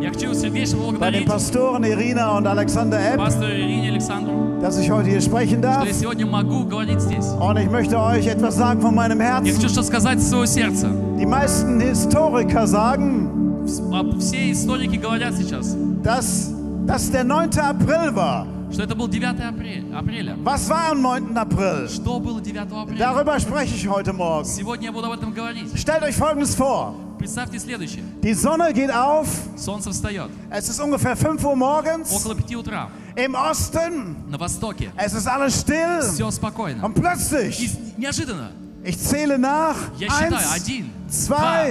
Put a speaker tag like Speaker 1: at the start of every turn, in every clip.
Speaker 1: Я хочу сердечно
Speaker 2: bei
Speaker 1: поблагодарить
Speaker 2: den Pastoren Irina und Alexander Epp,
Speaker 1: пастора Ирине Александру,
Speaker 2: dass ich heute hier sprechen
Speaker 1: что
Speaker 2: darf.
Speaker 1: я сегодня могу говорить здесь.
Speaker 2: Und ich möchte euch etwas sagen von meinem
Speaker 1: Я
Speaker 2: Herzen.
Speaker 1: хочу что сказать из своего сердца.
Speaker 2: Die meisten Historiker sagen,
Speaker 1: Вс- а Все историки говорят сейчас,
Speaker 2: dass das der 9. April war.
Speaker 1: что это был 9 апреля. апреля.
Speaker 2: Was war am 9. April?
Speaker 1: Что было 9 апреля?
Speaker 2: Darüber spreche ich heute Morgen.
Speaker 1: Сегодня я буду об этом говорить.
Speaker 2: Stellt euch Folgendes vor.
Speaker 1: Представьте следующее.
Speaker 2: Die Sonne geht auf,
Speaker 1: Солнце встает
Speaker 2: es ist ungefähr 5 Uhr morgens
Speaker 1: около 5 утра
Speaker 2: im Osten,
Speaker 1: на востоке.
Speaker 2: es ist alles still
Speaker 1: Все спокойно.
Speaker 2: und
Speaker 1: И
Speaker 2: plötzlich,
Speaker 1: с- неожиданно
Speaker 2: ich zähle nach,
Speaker 1: я считаю
Speaker 2: 1,
Speaker 1: один, два,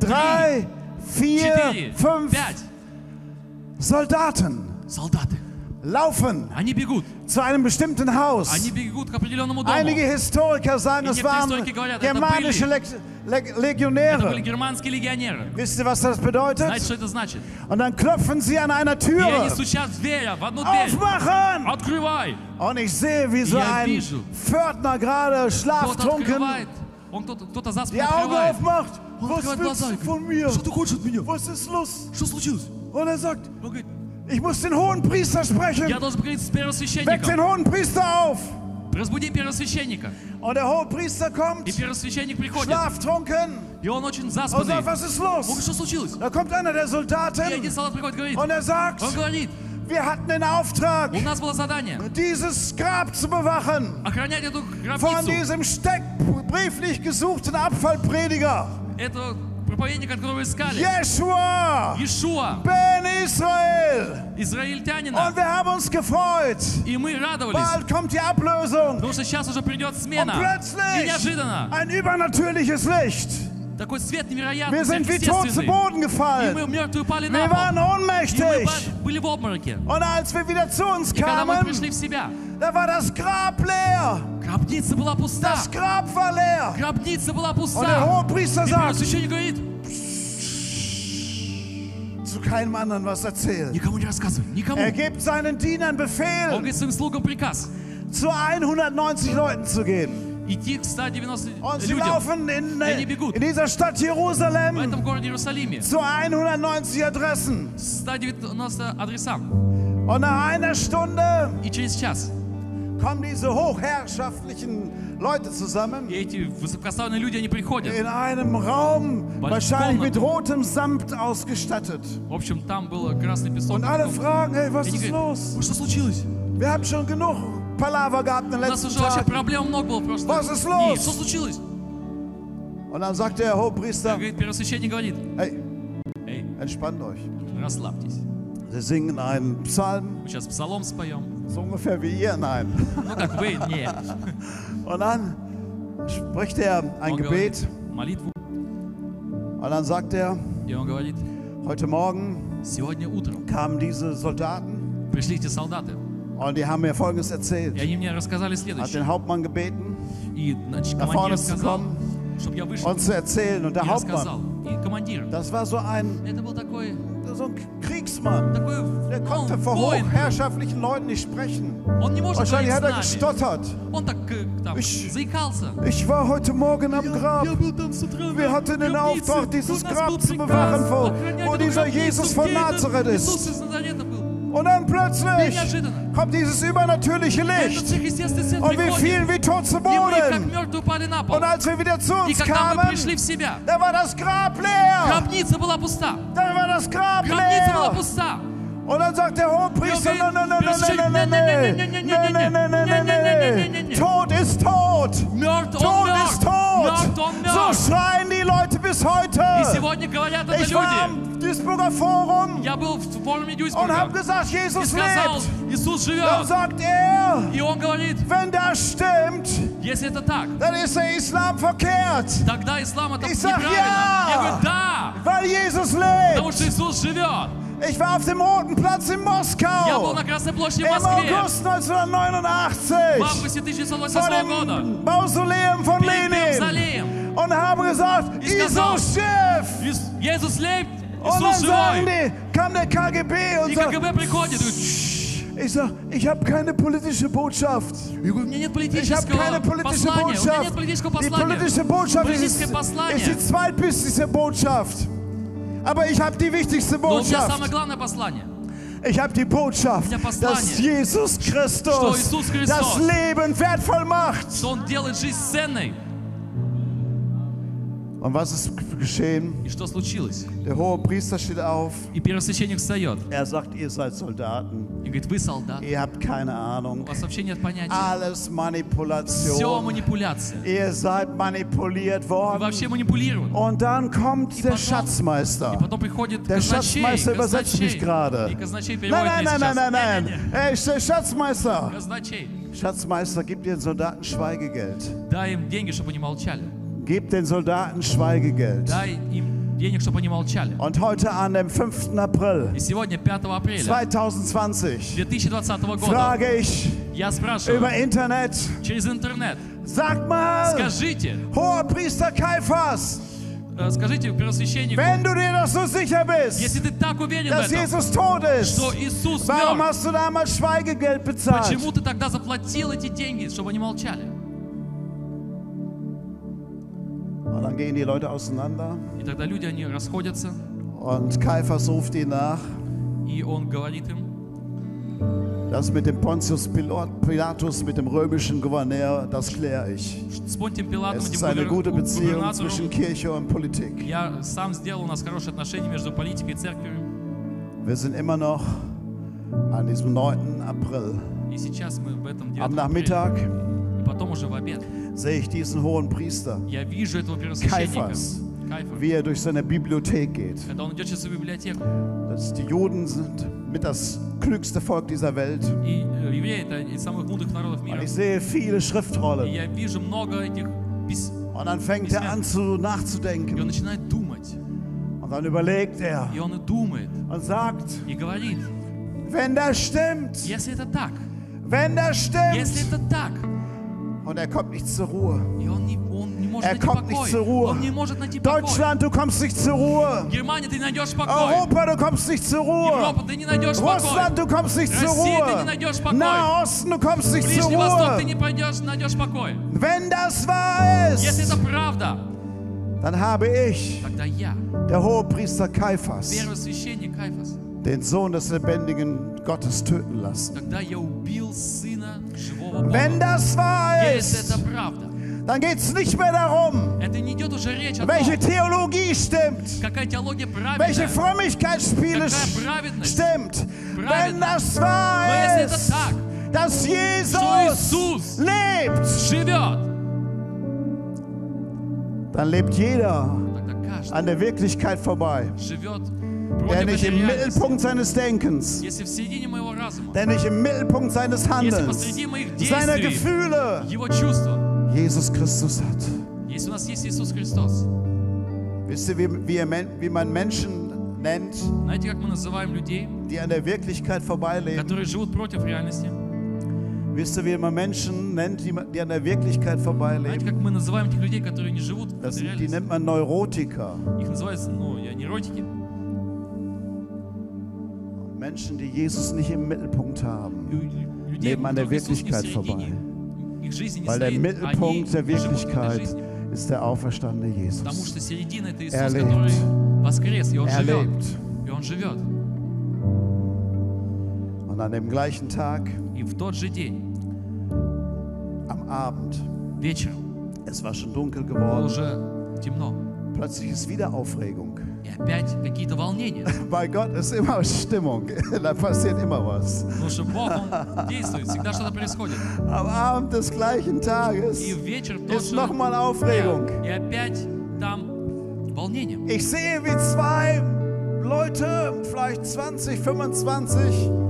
Speaker 2: 2, 3, 4,
Speaker 1: четыре,
Speaker 2: 5
Speaker 1: пять.
Speaker 2: Soldaten
Speaker 1: Солдаты.
Speaker 2: laufen
Speaker 1: Они бегут.
Speaker 2: zu einem bestimmten
Speaker 1: Они
Speaker 2: Haus.
Speaker 1: бегут к определенному
Speaker 2: Einige
Speaker 1: дому.
Speaker 2: Historiker sagen, es
Speaker 1: Некоторые
Speaker 2: waren
Speaker 1: историки говорят, это
Speaker 2: germanische
Speaker 1: были-
Speaker 2: Lex- Leg-
Speaker 1: Это были
Speaker 2: Legionäre.
Speaker 1: германские легионеры.
Speaker 2: Wisst ihr, was das
Speaker 1: Знаете,
Speaker 2: bedeutet?
Speaker 1: что это значит?
Speaker 2: Und dann klopfen sie an einer
Speaker 1: И они
Speaker 2: Türe.
Speaker 1: стучат в дверь, а в одну дверь.
Speaker 2: Aufmachen!
Speaker 1: Открывай!
Speaker 2: Und ich sehe, wie so
Speaker 1: Ja,
Speaker 2: ein
Speaker 1: wieso?
Speaker 2: Pförtner gerade
Speaker 1: Кто-то
Speaker 2: schlaftrunken
Speaker 1: открывает. Он кто-то, кто-то заспит
Speaker 2: die Augen
Speaker 1: открывает.
Speaker 2: aufmacht. Was
Speaker 1: открывает
Speaker 2: willst
Speaker 1: глаза
Speaker 2: du
Speaker 1: и
Speaker 2: von
Speaker 1: говорит,
Speaker 2: mir?
Speaker 1: Что ты хочешь от меня?
Speaker 2: Was ist los?
Speaker 1: Что случилось?
Speaker 2: Und er sagt,
Speaker 1: Он говорит,
Speaker 2: ich muss den hohen Priester
Speaker 1: я
Speaker 2: sprechen.
Speaker 1: должен поговорить с
Speaker 2: Weck den
Speaker 1: первосвященником.
Speaker 2: hohen Priester auf.
Speaker 1: Разбуди первосвященника.
Speaker 2: Und der hohe Priester
Speaker 1: И
Speaker 2: kommt,
Speaker 1: первосвященник приходит.
Speaker 2: schlaftrunken
Speaker 1: И он очень
Speaker 2: und
Speaker 1: заспанный.
Speaker 2: sagt,
Speaker 1: Он
Speaker 2: Oh was ist
Speaker 1: говорит,
Speaker 2: los?
Speaker 1: что случилось?
Speaker 2: Da kommt einer
Speaker 1: И
Speaker 2: der
Speaker 1: один
Speaker 2: Soldaten
Speaker 1: солдат приходит, говорит.
Speaker 2: und er sagt,
Speaker 1: Он говорит,
Speaker 2: wir hatten den Auftrag,
Speaker 1: у нас было задание
Speaker 2: dieses Grab zu bewachen
Speaker 1: охранять эту
Speaker 2: von
Speaker 1: гробницу.
Speaker 2: diesem steckbrieflich gesuchten Abfallprediger.
Speaker 1: Этого проповедника, которого искали.
Speaker 2: Jeshua!
Speaker 1: Иешуа,
Speaker 2: Ben Israel! Und
Speaker 1: израильтянина.
Speaker 2: wir haben uns gefreut.
Speaker 1: И мы радовались.
Speaker 2: Bald kommt die Ablösung.
Speaker 1: Потому что сейчас уже придет
Speaker 2: Und
Speaker 1: смена. И
Speaker 2: plötzlich
Speaker 1: неожиданно.
Speaker 2: ein übernatürliches Licht.
Speaker 1: Такой свет невероятный,
Speaker 2: Wir sind wie tot zu
Speaker 1: сверхъестественный.
Speaker 2: Boden
Speaker 1: И мы
Speaker 2: gefallen.
Speaker 1: мертвые упали
Speaker 2: Wir
Speaker 1: на
Speaker 2: waren
Speaker 1: пол. И мы
Speaker 2: ohnmächtig.
Speaker 1: ба- были в обмороке.
Speaker 2: Und als wir wieder zu uns
Speaker 1: И когда мы пришли
Speaker 2: kamen,
Speaker 1: в себя,
Speaker 2: da war das Grab leer.
Speaker 1: гробница была пуста.
Speaker 2: Das Grab war leer.
Speaker 1: Гробница была
Speaker 2: Und der
Speaker 1: пуста.
Speaker 2: Hohepriester
Speaker 1: И
Speaker 2: sagt,
Speaker 1: священник говорит,
Speaker 2: zu keinem anderen was erzählen.
Speaker 1: никому не рассказывай, никому.
Speaker 2: Er
Speaker 1: Он
Speaker 2: gibt seinen Dienern Befehl,
Speaker 1: говорит своим слугам приказ.
Speaker 2: zu 190 Leuten zu gehen.
Speaker 1: Идти к 190
Speaker 2: Und sie
Speaker 1: людям
Speaker 2: laufen in,
Speaker 1: Ja, die Begut.
Speaker 2: in dieser Stadt
Speaker 1: в
Speaker 2: Jerusalem
Speaker 1: этом городе Иерусалиме.
Speaker 2: zu 190 Adressen.
Speaker 1: 190 адресам.
Speaker 2: Und nach einer Stunde
Speaker 1: И через час
Speaker 2: kommen diese hochherrschaftlichen Leute
Speaker 1: И
Speaker 2: zusammen
Speaker 1: эти высокопоставленные люди, они приходят.
Speaker 2: in einem Raum,
Speaker 1: Weil-
Speaker 2: wahrscheinlich mit rotem Samt ausgestattet.
Speaker 1: В общем, там был красный песок.
Speaker 2: Und alle
Speaker 1: Потом-
Speaker 2: fragen, hey, was
Speaker 1: И они
Speaker 2: ist
Speaker 1: говорят,
Speaker 2: los?
Speaker 1: «Ну, что случилось?
Speaker 2: Wir haben schon genug Palaver gehabt in den
Speaker 1: У нас
Speaker 2: letzten
Speaker 1: уже вообще
Speaker 2: Tagen.
Speaker 1: проблем много было в прошлом.
Speaker 2: Was ist los?
Speaker 1: что случилось?
Speaker 2: Und dann sagt der Hohepriester,
Speaker 1: Говорит, первосвященник говорит,
Speaker 2: hey,
Speaker 1: эй,
Speaker 2: entspannt euch.
Speaker 1: расслабьтесь.
Speaker 2: Sie singen einen Psalm,
Speaker 1: Мы сейчас псалом споем.
Speaker 2: so ungefähr wie ihr, nein.
Speaker 1: Ну как вы, не.
Speaker 2: Und dann spricht er ein
Speaker 1: Он говорит
Speaker 2: Gebet
Speaker 1: молитву.
Speaker 2: und dann sagt er,
Speaker 1: И он говорит,
Speaker 2: heute Morgen
Speaker 1: сегодня утром
Speaker 2: kamen diese Soldaten
Speaker 1: пришли эти солдаты.
Speaker 2: und die haben mir Folgendes
Speaker 1: И
Speaker 2: erzählt.
Speaker 1: они мне рассказали
Speaker 2: Hat
Speaker 1: следующее.
Speaker 2: den Hauptmann gebeten,
Speaker 1: И значит,
Speaker 2: nach vorne
Speaker 1: командир
Speaker 2: zu
Speaker 1: сказал,
Speaker 2: kommen
Speaker 1: чтобы я вышел.
Speaker 2: und zu erzählen. Und der
Speaker 1: Я рассказал.
Speaker 2: Hauptmann,
Speaker 1: И командир.
Speaker 2: das war so ein,
Speaker 1: Это был такой,
Speaker 2: so ein Kriegsmann.
Speaker 1: такой,
Speaker 2: Der
Speaker 1: ну,
Speaker 2: konnte vor
Speaker 1: воин.
Speaker 2: hochherrschaftlichen Leuten nicht sprechen.
Speaker 1: Он не может
Speaker 2: Wahrscheinlich hat er
Speaker 1: говорить с нами.
Speaker 2: gestottert.
Speaker 1: Он так э, там
Speaker 2: Ищ.
Speaker 1: заикался.
Speaker 2: Ich war heute Morgen am Grab.
Speaker 1: был там с утра.
Speaker 2: Wir hatten den Auftrag, dieses Grab zu bewachen, wo, wo dieser Jesus von Nazareth ist.
Speaker 1: Иисус из Назарета был.
Speaker 2: Und dann plötzlich
Speaker 1: Неожиданно.
Speaker 2: kommt dieses übernatürliche
Speaker 1: Этот
Speaker 2: Licht.
Speaker 1: сверхъестественный свет
Speaker 2: Und wir
Speaker 1: приходит.
Speaker 2: fielen wie tot zu
Speaker 1: И мы как
Speaker 2: Boden.
Speaker 1: мертвые упали на пол.
Speaker 2: Und als wir wieder zu
Speaker 1: И
Speaker 2: uns
Speaker 1: когда мы пришли
Speaker 2: kamen,
Speaker 1: в себя,
Speaker 2: da war das Grab leer.
Speaker 1: гробница была пуста.
Speaker 2: Da war das Grab
Speaker 1: Гробница была
Speaker 2: leer.
Speaker 1: пуста.
Speaker 2: Und dann sagt der Hohepriester,
Speaker 1: Ja,
Speaker 2: nein, nein, nein,
Speaker 1: wir-
Speaker 2: nein, nein, nein, nein, nein, nein, nein, nein, nein, nein. Tod ist tot.
Speaker 1: Мертв он
Speaker 2: Tod
Speaker 1: мертв.
Speaker 2: ist tot.
Speaker 1: Мертв он мертв.
Speaker 2: So schreien die Leute bis
Speaker 1: И
Speaker 2: heute.
Speaker 1: сегодня говорят это
Speaker 2: Ich war
Speaker 1: люди.
Speaker 2: am Duisburger Forum
Speaker 1: Я был в форуме
Speaker 2: und habe
Speaker 1: Дюйсбурга
Speaker 2: gesagt,
Speaker 1: и
Speaker 2: Jesus
Speaker 1: сказал,
Speaker 2: lebt.
Speaker 1: Иисус
Speaker 2: Dann
Speaker 1: живет.
Speaker 2: sagt er,
Speaker 1: И он говорит,
Speaker 2: wenn das stimmt,
Speaker 1: если это так,
Speaker 2: dann ist der Islam verkehrt,
Speaker 1: Тогда ислам это
Speaker 2: И сахья!
Speaker 1: неправильно. Я говорю, да,
Speaker 2: weil Jesus
Speaker 1: потому
Speaker 2: lebt.
Speaker 1: что Иисус живет.
Speaker 2: Ich war auf dem Roten Platz in
Speaker 1: Я был
Speaker 2: Moskau
Speaker 1: на Красной площади в
Speaker 2: im
Speaker 1: Москве
Speaker 2: August
Speaker 1: в
Speaker 2: 1989
Speaker 1: августе
Speaker 2: vor
Speaker 1: 1988 года.
Speaker 2: dem Mausoleum von
Speaker 1: Перед
Speaker 2: Lenin
Speaker 1: Иерусалим.
Speaker 2: und habe gesagt,
Speaker 1: Ich сказал,
Speaker 2: Jesus Chef.
Speaker 1: Иис- Иисус лепт,
Speaker 2: Und dann
Speaker 1: Иисус живой.
Speaker 2: sagen die, kam der KGB und
Speaker 1: И
Speaker 2: sagt,
Speaker 1: КГБ приходит. и говорит,
Speaker 2: ich sag, ich habe keine politische Botschaft.
Speaker 1: Я говорю, у меня нет
Speaker 2: Ich habe keine
Speaker 1: политического
Speaker 2: politische
Speaker 1: послания. У меня нет
Speaker 2: Botschaft.
Speaker 1: политического
Speaker 2: Die
Speaker 1: послания.
Speaker 2: politische Botschaft ist,
Speaker 1: Politische
Speaker 2: ist
Speaker 1: Послание.
Speaker 2: die zweitwichtigste Botschaft. Aber ich habe die wichtigste
Speaker 1: Но у меня самое
Speaker 2: Botschaft.
Speaker 1: главное послание.
Speaker 2: Ich habe die Botschaft,
Speaker 1: меня послание,
Speaker 2: dass Jesus
Speaker 1: что
Speaker 2: Christus
Speaker 1: Иисус Христос
Speaker 2: das Leben wertvoll macht.
Speaker 1: Что Он делает жизнь ценной.
Speaker 2: Und was ist g- geschehen?
Speaker 1: И что случилось?
Speaker 2: Der hohe Priester steht auf.
Speaker 1: И первосвященник встает
Speaker 2: Er sagt, ihr seid Soldaten.
Speaker 1: и говорит, вы солдат.
Speaker 2: Ihr habt keine
Speaker 1: У
Speaker 2: Ahnung.
Speaker 1: вас вообще нет понятия.
Speaker 2: Alles
Speaker 1: Все
Speaker 2: Manipulation.
Speaker 1: манипуляция.
Speaker 2: Ihr seid manipuliert
Speaker 1: Вы
Speaker 2: worden.
Speaker 1: вообще манипулированы.
Speaker 2: Und dann kommt der
Speaker 1: потом- И
Speaker 2: Schatzmeister.
Speaker 1: потом приходит
Speaker 2: Der
Speaker 1: казначей.
Speaker 2: Schatzmeister übersetzt
Speaker 1: казначей.
Speaker 2: mich gerade.
Speaker 1: И казначей переводит
Speaker 2: Nein, nein,
Speaker 1: меня
Speaker 2: nein,
Speaker 1: сейчас.
Speaker 2: nein, nein,
Speaker 1: Не, не, не.
Speaker 2: nein. Ey, Sch- Schatzmeister.
Speaker 1: Казначей.
Speaker 2: Schatzmeister, gib den Soldaten Schweigegeld.
Speaker 1: Дай им деньги, чтобы они молчали.
Speaker 2: Gib den Soldaten Schweigegeld.
Speaker 1: Дай им денег, чтобы они молчали.
Speaker 2: Und heute an dem 5. April
Speaker 1: И сегодня, 5 апреля
Speaker 2: 2020
Speaker 1: 2020 года,
Speaker 2: frage ich
Speaker 1: я спрашиваю
Speaker 2: über Internet,
Speaker 1: через интернет.
Speaker 2: sag mal,
Speaker 1: Скажите,
Speaker 2: hoher Priester Kaiphas,
Speaker 1: э, скажите первосвященнику,
Speaker 2: wenn du dir doch so sicher bist,
Speaker 1: если ты так уверен в
Speaker 2: dass
Speaker 1: этом,
Speaker 2: Jesus tot ist,
Speaker 1: что Иисус
Speaker 2: warum
Speaker 1: мертв,
Speaker 2: hast du damals Schweigegeld bezahlt?
Speaker 1: почему ты тогда заплатил эти деньги, чтобы они молчали?
Speaker 2: Und dann gehen die Leute auseinander
Speaker 1: И тогда люди, они расходятся,
Speaker 2: und Kaiphas ruft ihn nach,
Speaker 1: и он говорит им,
Speaker 2: das mit dem Pontius Pilot- Pilatus, mit dem römischen Gouverneur, das kläre ich.
Speaker 1: с Понтием Пилатом,
Speaker 2: Es
Speaker 1: этим
Speaker 2: ist eine
Speaker 1: гувер-
Speaker 2: gute Beziehung
Speaker 1: губернатором,
Speaker 2: zwischen Kirche und Politik.
Speaker 1: я сам сделал у нас хорошие отношения между политикой и церковью,
Speaker 2: Wir sind immer noch an diesem 9. April.
Speaker 1: и сейчас мы в этом
Speaker 2: Am
Speaker 1: девятом апреля.
Speaker 2: Nachmittag
Speaker 1: И потом уже в обед
Speaker 2: sehe ich diesen hohen Priester,
Speaker 1: я вижу этого первосвященника,
Speaker 2: Кайфас.
Speaker 1: Кайфа,
Speaker 2: wie er durch seine Bibliothek geht.
Speaker 1: когда он идет сейчас в библиотеку.
Speaker 2: Dass die Juden sind mit das klügste Volk dieser Welt.
Speaker 1: И э, евреи — это из самых мудрых народов
Speaker 2: Und
Speaker 1: мира.
Speaker 2: ich sehe viele
Speaker 1: И
Speaker 2: Schriftrollen.
Speaker 1: я вижу много этих писем.
Speaker 2: Und dann fängt er an zu
Speaker 1: И он
Speaker 2: nachzudenken.
Speaker 1: начинает думать.
Speaker 2: Und dann überlegt er
Speaker 1: И он и думает,
Speaker 2: und sagt,
Speaker 1: и говорит,
Speaker 2: wenn das stimmt,
Speaker 1: если это так,
Speaker 2: wenn das
Speaker 1: если
Speaker 2: stimmt.
Speaker 1: это так,
Speaker 2: Und er kommt nicht zur Ruhe.
Speaker 1: и он не, он не может
Speaker 2: Er
Speaker 1: найти
Speaker 2: kommt nicht
Speaker 1: покой.
Speaker 2: zur Ruhe.
Speaker 1: Он не может найти покой.
Speaker 2: Deutschland, du kommst nicht zur Ruhe.
Speaker 1: Германия, ты не найдешь покой.
Speaker 2: Europa, du kommst nicht zur Ruhe.
Speaker 1: Европа, ты не найдешь
Speaker 2: Russland,
Speaker 1: покой.
Speaker 2: du kommst nicht zur
Speaker 1: Россия, ты
Speaker 2: Ruhe.
Speaker 1: не найдешь покоя.
Speaker 2: Nahosten, du kommst nicht zur
Speaker 1: Ближний Восток,
Speaker 2: Ruhe.
Speaker 1: ты не пойдешь, найдешь покой.
Speaker 2: Wenn das wahr
Speaker 1: Если
Speaker 2: ist,
Speaker 1: это правда,
Speaker 2: dann habe ich,
Speaker 1: тогда я,
Speaker 2: der Hohepriester Kaiphas,
Speaker 1: первосвященник Кайфас,
Speaker 2: den Sohn des lebendigen Gottes töten lassen.
Speaker 1: тогда я убил сына живого
Speaker 2: Wenn
Speaker 1: Бога.
Speaker 2: das wahr
Speaker 1: Если это
Speaker 2: ist,
Speaker 1: правда,
Speaker 2: dann geht es nicht mehr darum,
Speaker 1: это не идет уже речь о
Speaker 2: welche
Speaker 1: том,
Speaker 2: Theologie stimmt,
Speaker 1: какая теология
Speaker 2: welche
Speaker 1: правильная.
Speaker 2: Frömmigkeitsspiele
Speaker 1: Какая
Speaker 2: sch-
Speaker 1: праведность.
Speaker 2: stimmt. Wenn
Speaker 1: Праведность.
Speaker 2: das
Speaker 1: Но
Speaker 2: wahr
Speaker 1: если это
Speaker 2: ist,
Speaker 1: так,
Speaker 2: dass
Speaker 1: что
Speaker 2: Jesus
Speaker 1: Иисус
Speaker 2: lebt,
Speaker 1: живет,
Speaker 2: dann lebt jeder
Speaker 1: тогда каждый
Speaker 2: an der Wirklichkeit vorbei.
Speaker 1: живет
Speaker 2: der
Speaker 1: против
Speaker 2: nicht
Speaker 1: этой
Speaker 2: im
Speaker 1: реальности.
Speaker 2: Mittelpunkt seines Denkens,
Speaker 1: Если в середине моего разума,
Speaker 2: der nicht im Mittelpunkt seines
Speaker 1: если
Speaker 2: Handelns,
Speaker 1: посреди моих
Speaker 2: seiner
Speaker 1: действий,
Speaker 2: Gefühle
Speaker 1: его чувства,
Speaker 2: Jesus Christus hat.
Speaker 1: если у нас есть Иисус Христос,
Speaker 2: Wisst ihr, wie, wie, er, men- wie man Menschen nennt,
Speaker 1: знаете, как мы называем людей,
Speaker 2: die an der Wirklichkeit vorbeileben?
Speaker 1: которые живут против реальности?
Speaker 2: Wisst ihr, wie man Menschen nennt, die, ma- die an der Wirklichkeit
Speaker 1: Знаете,
Speaker 2: vorbeileben?
Speaker 1: как мы называем тех людей, которые не живут в
Speaker 2: Das,
Speaker 1: этой
Speaker 2: die
Speaker 1: реальности?
Speaker 2: nennt man Neurotiker.
Speaker 1: Их называют, ну, я нейротики.
Speaker 2: Menschen, die Jesus nicht im Mittelpunkt haben.
Speaker 1: И у Людей,
Speaker 2: Leben an der
Speaker 1: которых Иисус не в
Speaker 2: Wirklichkeit vorbei.
Speaker 1: середине, их жизнь не
Speaker 2: Weil der
Speaker 1: стоит, они живут
Speaker 2: Mittelpunkt der
Speaker 1: в этой
Speaker 2: Wirklichkeit
Speaker 1: жизни.
Speaker 2: ist der auferstandene
Speaker 1: Потому
Speaker 2: Jesus.
Speaker 1: что середина — это
Speaker 2: Er
Speaker 1: Иисус,
Speaker 2: lebt.
Speaker 1: который воскрес, и Он
Speaker 2: Er
Speaker 1: живет.
Speaker 2: lebt.
Speaker 1: И Он живет.
Speaker 2: Und an dem gleichen Tag,
Speaker 1: И в тот же день,
Speaker 2: am Abend,
Speaker 1: вечером,
Speaker 2: es war schon dunkel
Speaker 1: было
Speaker 2: geworden,
Speaker 1: уже темно.
Speaker 2: Plötzlich ist wieder Aufregung.
Speaker 1: И опять какие-то волнения.
Speaker 2: Bei Gott ist immer Stimmung. Da passiert immer was.
Speaker 1: Потому что Бог, Он действует, всегда что-то происходит.
Speaker 2: Am Abend des gleichen
Speaker 1: И
Speaker 2: Tages
Speaker 1: вечер тот
Speaker 2: ist
Speaker 1: же
Speaker 2: nochmal
Speaker 1: дня.
Speaker 2: Aufregung.
Speaker 1: И опять там волнение.
Speaker 2: Ich sehe, wie zwei Leute, vielleicht 20, 25,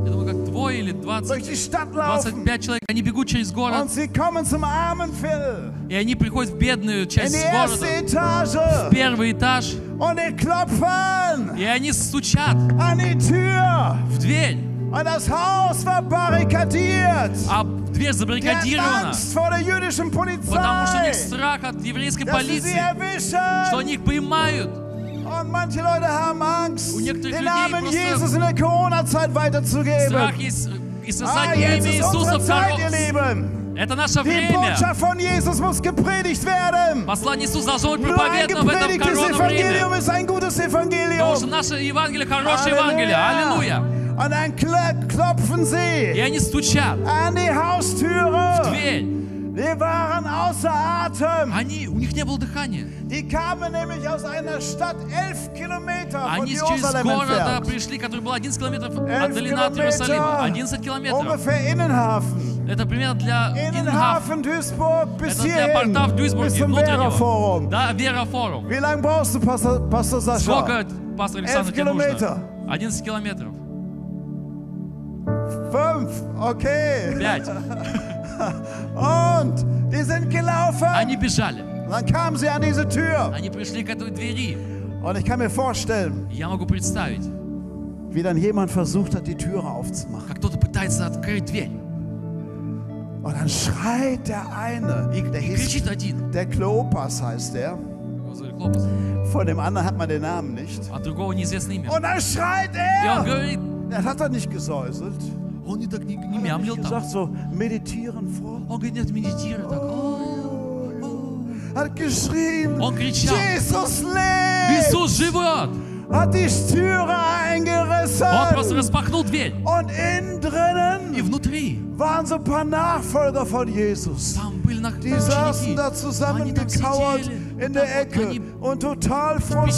Speaker 1: Я думаю, как двое или
Speaker 2: durch
Speaker 1: 20,
Speaker 2: die Stadt laufen.
Speaker 1: 25 человек, они бегут через
Speaker 2: Und
Speaker 1: город,
Speaker 2: sie kommen zum Armenviertel,
Speaker 1: и они приходят в бедную
Speaker 2: in die
Speaker 1: часть
Speaker 2: erste
Speaker 1: города,
Speaker 2: Etage.
Speaker 1: первый этаж,
Speaker 2: Und die klopfen
Speaker 1: и они стучат
Speaker 2: an die Tür.
Speaker 1: в дверь,
Speaker 2: Und das Haus war barrikadiert.
Speaker 1: а дверь
Speaker 2: Die hatten
Speaker 1: забаррикадирована,
Speaker 2: Angst vor der jüdischen
Speaker 1: потому что у
Speaker 2: Polizei.
Speaker 1: них страх от еврейской
Speaker 2: dass sie sie
Speaker 1: полиции, что
Speaker 2: erwischen.
Speaker 1: они их поймают.
Speaker 2: Und manche Leute haben Angst,
Speaker 1: Und некоторых
Speaker 2: den
Speaker 1: людей
Speaker 2: Namen
Speaker 1: просто-
Speaker 2: Jesus in der Corona-Zeit
Speaker 1: Страх
Speaker 2: weiterzugeben.
Speaker 1: есть, и
Speaker 2: Ah,
Speaker 1: сосать имя
Speaker 2: jetzt ist unsere
Speaker 1: Иисуса в
Speaker 2: Zeit, ihr
Speaker 1: коро-
Speaker 2: Lieben.
Speaker 1: Это наше
Speaker 3: Die
Speaker 1: время.
Speaker 3: Botschaft von Jesus muss gepredigt werden.
Speaker 1: Послание Иисуса должно быть
Speaker 3: Nur ein
Speaker 1: проповедано в этом
Speaker 3: gepredigtes
Speaker 1: коронном время.
Speaker 3: Evangelium ist ein gutes
Speaker 1: Потому что
Speaker 3: Evangelium.
Speaker 1: наше Евангелие хорошее Евангелие. Аллилуйя.
Speaker 3: Und dann kla- klopfen
Speaker 1: И
Speaker 3: sie
Speaker 1: они стучат
Speaker 3: an die
Speaker 1: в
Speaker 3: Haustüre.
Speaker 1: дверь.
Speaker 3: Die waren außer Atem.
Speaker 1: Они, у них не было дыхания.
Speaker 3: Die kamen nämlich aus einer Stadt elf Kilometer von
Speaker 1: Они через
Speaker 3: Jerusalem
Speaker 1: города
Speaker 3: entfernt.
Speaker 1: пришли, который был 11 километров
Speaker 3: 11
Speaker 1: отдалена от Иерусалима.
Speaker 3: Kilometer,
Speaker 1: 11 километров.
Speaker 3: ungefähr Innenhafen.
Speaker 1: Это примерно для Инхаф.
Speaker 3: Innenhafen Duisburg bis
Speaker 1: Это для
Speaker 3: hierhin,
Speaker 1: порта в
Speaker 3: bis
Speaker 1: Дюйсбурге,
Speaker 3: zum Werraforum.
Speaker 1: внутреннего. Да, Вера Форум.
Speaker 3: Wie lange brauchst du, Pastor, Pastor Sascha?
Speaker 1: Сколько, пастор Александр,
Speaker 3: 11
Speaker 1: тебе нужно?
Speaker 3: километров.
Speaker 1: 11 километров.
Speaker 3: Fünf, okay.
Speaker 1: 5.
Speaker 3: Und die sind gelaufen.
Speaker 1: Они бежали.
Speaker 3: Dann kamen sie an diese Tür.
Speaker 1: Они пришли к этой двери.
Speaker 3: Und ich kann mir vorstellen,
Speaker 1: Я могу представить,
Speaker 2: Wie dann jemand versucht hat, die Türe aufzumachen.
Speaker 1: как кто-то пытается открыть дверь.
Speaker 2: Und dann schreit der eine, der, hieß,
Speaker 1: Кричит один.
Speaker 2: der Klopas heißt der,
Speaker 1: Его звали Клопас.
Speaker 2: von dem anderen hat man den Namen nicht.
Speaker 1: А другого неизвестно имя.
Speaker 3: und dann schreit
Speaker 1: И
Speaker 3: er.
Speaker 1: он говорит,
Speaker 2: Er hat doch nicht gesäuselt.
Speaker 1: он и так не, не
Speaker 2: Er hat
Speaker 1: мямлил
Speaker 2: nicht
Speaker 1: там.
Speaker 2: gesagt, so meditieren vor.
Speaker 1: Он говорит, нет, медитируй так.
Speaker 2: Hat geschrien,
Speaker 1: Он кричал,
Speaker 3: Jesus lebt.
Speaker 1: Иисус живет!
Speaker 3: Hat die Türe
Speaker 1: Он просто
Speaker 3: eingerissen.
Speaker 1: распахнул дверь.
Speaker 3: Und innen drinnen
Speaker 1: И внутри
Speaker 3: waren so ein paar Nachfolger von Jesus.
Speaker 1: там были на
Speaker 3: Die saßen da zusammengekauert
Speaker 2: э,
Speaker 3: in der Ecke
Speaker 1: Они
Speaker 3: und total
Speaker 1: печали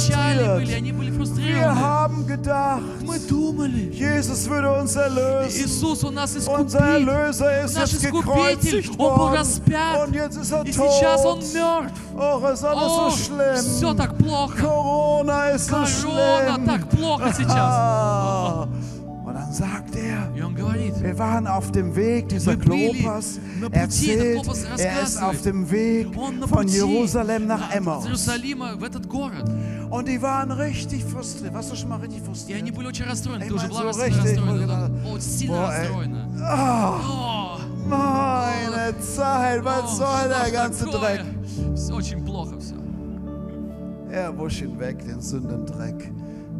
Speaker 1: были,
Speaker 3: frustriert.
Speaker 1: они были
Speaker 3: Wir
Speaker 1: фрустрированы.
Speaker 3: haben gedacht,
Speaker 1: Мы думали,
Speaker 3: Jesus würde uns erlösen.
Speaker 1: Иисус у нас искупит.
Speaker 3: Unser Erlöser ist
Speaker 1: Наш
Speaker 3: jetzt
Speaker 1: искупитель,
Speaker 3: gekreuzigt
Speaker 1: он был
Speaker 3: worden.
Speaker 1: распят.
Speaker 3: Und jetzt ist er
Speaker 1: И сейчас он
Speaker 3: tot.
Speaker 1: мертв.
Speaker 3: Oh, ist
Speaker 1: О,
Speaker 3: alles so
Speaker 1: все
Speaker 3: schlimm.
Speaker 1: так плохо.
Speaker 3: Corona ist so
Speaker 1: Корона
Speaker 3: schlimm.
Speaker 1: так плохо сейчас.
Speaker 3: Ah. Und dann sagt er,
Speaker 1: И он говорит,
Speaker 3: wir waren auf dem Weg, dieser
Speaker 1: Wir были
Speaker 3: Klopas
Speaker 1: на пути, этот
Speaker 3: erzählt,
Speaker 1: Klopas
Speaker 3: er ist
Speaker 1: рассказывает.
Speaker 3: auf dem Weg
Speaker 1: он на
Speaker 3: von
Speaker 1: пути
Speaker 3: Jerusalem nach
Speaker 1: от
Speaker 3: Emmaus.
Speaker 1: Иерусалима в этот город.
Speaker 3: Und die waren richtig frustriert. Warst du schon mal richtig
Speaker 1: И они
Speaker 3: frustriert?
Speaker 1: были очень расстроены.
Speaker 3: Ey,
Speaker 1: Ты уже
Speaker 3: Mann,
Speaker 1: была
Speaker 3: so
Speaker 1: расстроена.
Speaker 3: richtig, Mann.
Speaker 1: расстроена. да. О, сильно
Speaker 3: Boah, ey.
Speaker 1: расстроена. О,
Speaker 3: Ah, Meine Zeit, was soll Oh. der ganze Dreck?
Speaker 1: Все очень плохо все.
Speaker 2: Er wusch ihn weg, den Sündendreck.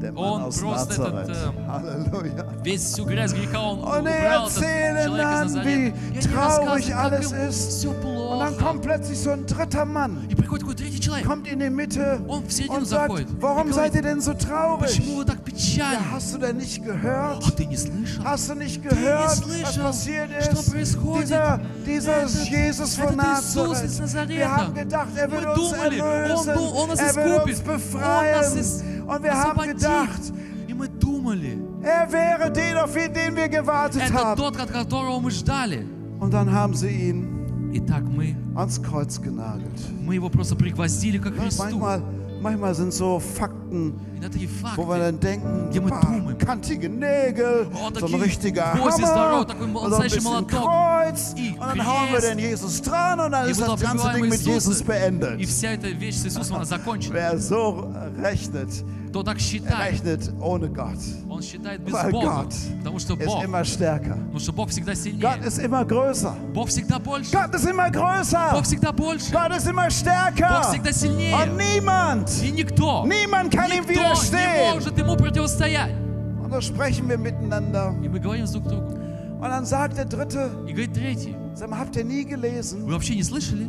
Speaker 2: Der Mann
Speaker 1: Und
Speaker 2: aus
Speaker 1: Prost,
Speaker 2: Nazareth.
Speaker 1: этот, ähm,
Speaker 2: Halleluja.
Speaker 1: Весь всю грязь греха он
Speaker 3: Und er
Speaker 1: убрал, этот
Speaker 3: erzählen
Speaker 1: человек
Speaker 3: dann,
Speaker 1: из Назарета.
Speaker 3: wie
Speaker 1: И они
Speaker 3: traurig
Speaker 1: рассказывают, как
Speaker 3: alles
Speaker 1: им
Speaker 3: ist.
Speaker 1: все
Speaker 3: Und dann
Speaker 1: плохо.
Speaker 3: kommt plötzlich so ein dritter Mann,
Speaker 1: И приходит какой-то третий человек.
Speaker 3: kommt in die Mitte
Speaker 1: Он в середину
Speaker 3: und sagt,
Speaker 1: заходит. И
Speaker 3: warum seid
Speaker 1: говорит,
Speaker 3: ihr denn so traurig?
Speaker 1: почему вы так
Speaker 3: Ja,
Speaker 1: печальны?
Speaker 3: hast du denn nicht
Speaker 1: А
Speaker 3: gehört?
Speaker 1: ты не слышал?
Speaker 3: Hast du nicht
Speaker 1: Ты
Speaker 3: gehört,
Speaker 1: не
Speaker 3: was
Speaker 1: слышал,
Speaker 3: passiert
Speaker 1: что
Speaker 3: ist?
Speaker 1: происходит?
Speaker 3: Dieser, dieser
Speaker 1: Этот-
Speaker 3: Jesus von
Speaker 1: этот Иисус из
Speaker 3: Nazareth. Wir
Speaker 1: Nazareta.
Speaker 3: haben gedacht, er
Speaker 1: Мы
Speaker 3: würde uns
Speaker 1: думали, он,
Speaker 3: erlösen,
Speaker 1: был- он нас
Speaker 3: er würde uns
Speaker 1: искупит, он нас ис-
Speaker 3: befreien. Und wir haben gedacht,
Speaker 1: освободит. И мы думали,
Speaker 3: er wäre den, auf den wir gewartet
Speaker 1: это
Speaker 3: haben.
Speaker 1: тот, от которого мы ждали.
Speaker 2: Und dann haben sie ihn
Speaker 1: Итак, мы,
Speaker 2: ans Kreuz genagelt.
Speaker 1: мы его просто пригвоздили ко Христу.
Speaker 2: Manchmal, manchmal sind so Fakten,
Speaker 1: И на такие
Speaker 2: wo wir
Speaker 1: факты.
Speaker 2: dann denken,
Speaker 1: Ja,
Speaker 2: ein
Speaker 1: mit
Speaker 2: paar
Speaker 1: Blumen.
Speaker 2: kantige Nägel,
Speaker 1: Oh,
Speaker 2: so ein
Speaker 1: taki
Speaker 2: richtiger
Speaker 1: groß ist der
Speaker 2: Hammer,
Speaker 1: Rot, taki
Speaker 2: und so ein
Speaker 1: mocniejszy
Speaker 2: bisschen
Speaker 1: molotok.
Speaker 2: Kreuz.
Speaker 1: I
Speaker 2: Und dann hauen wir
Speaker 1: Kries.
Speaker 2: den Jesus dran und dann
Speaker 1: И
Speaker 2: ist
Speaker 1: вот
Speaker 2: das ganze
Speaker 1: убиваем
Speaker 2: Ding mit Jesus
Speaker 1: Иисуса, и
Speaker 2: beendet.
Speaker 1: вся эта вещь с Иисусом, она закончена.
Speaker 2: Wer so rechnet,
Speaker 1: Кто так считает,
Speaker 2: rechnet ohne Gott.
Speaker 1: он считает без
Speaker 2: Weil
Speaker 1: Бога.
Speaker 2: Gott
Speaker 1: Потому что
Speaker 2: Ist
Speaker 1: Бог,
Speaker 2: immer stärker.
Speaker 1: потому что Бог всегда
Speaker 2: Gott
Speaker 1: сильнее.
Speaker 2: ist immer größer.
Speaker 1: Бог всегда больше.
Speaker 2: Gott ist immer größer.
Speaker 1: Бог всегда больше.
Speaker 2: Gott ist immer stärker.
Speaker 1: Бог всегда
Speaker 2: Und
Speaker 1: сильнее.
Speaker 2: niemand,
Speaker 1: И никто, никто
Speaker 2: niemand kann ihm
Speaker 1: не
Speaker 2: widerstehen.
Speaker 1: может ему противостоять.
Speaker 2: Und da sprechen wir miteinander.
Speaker 1: И мы говорим друг другу.
Speaker 2: Und dann sagt der Dritte,
Speaker 1: И говорит третий,
Speaker 2: sag mal, habt ihr nie gelesen?
Speaker 1: вы вообще не слышали?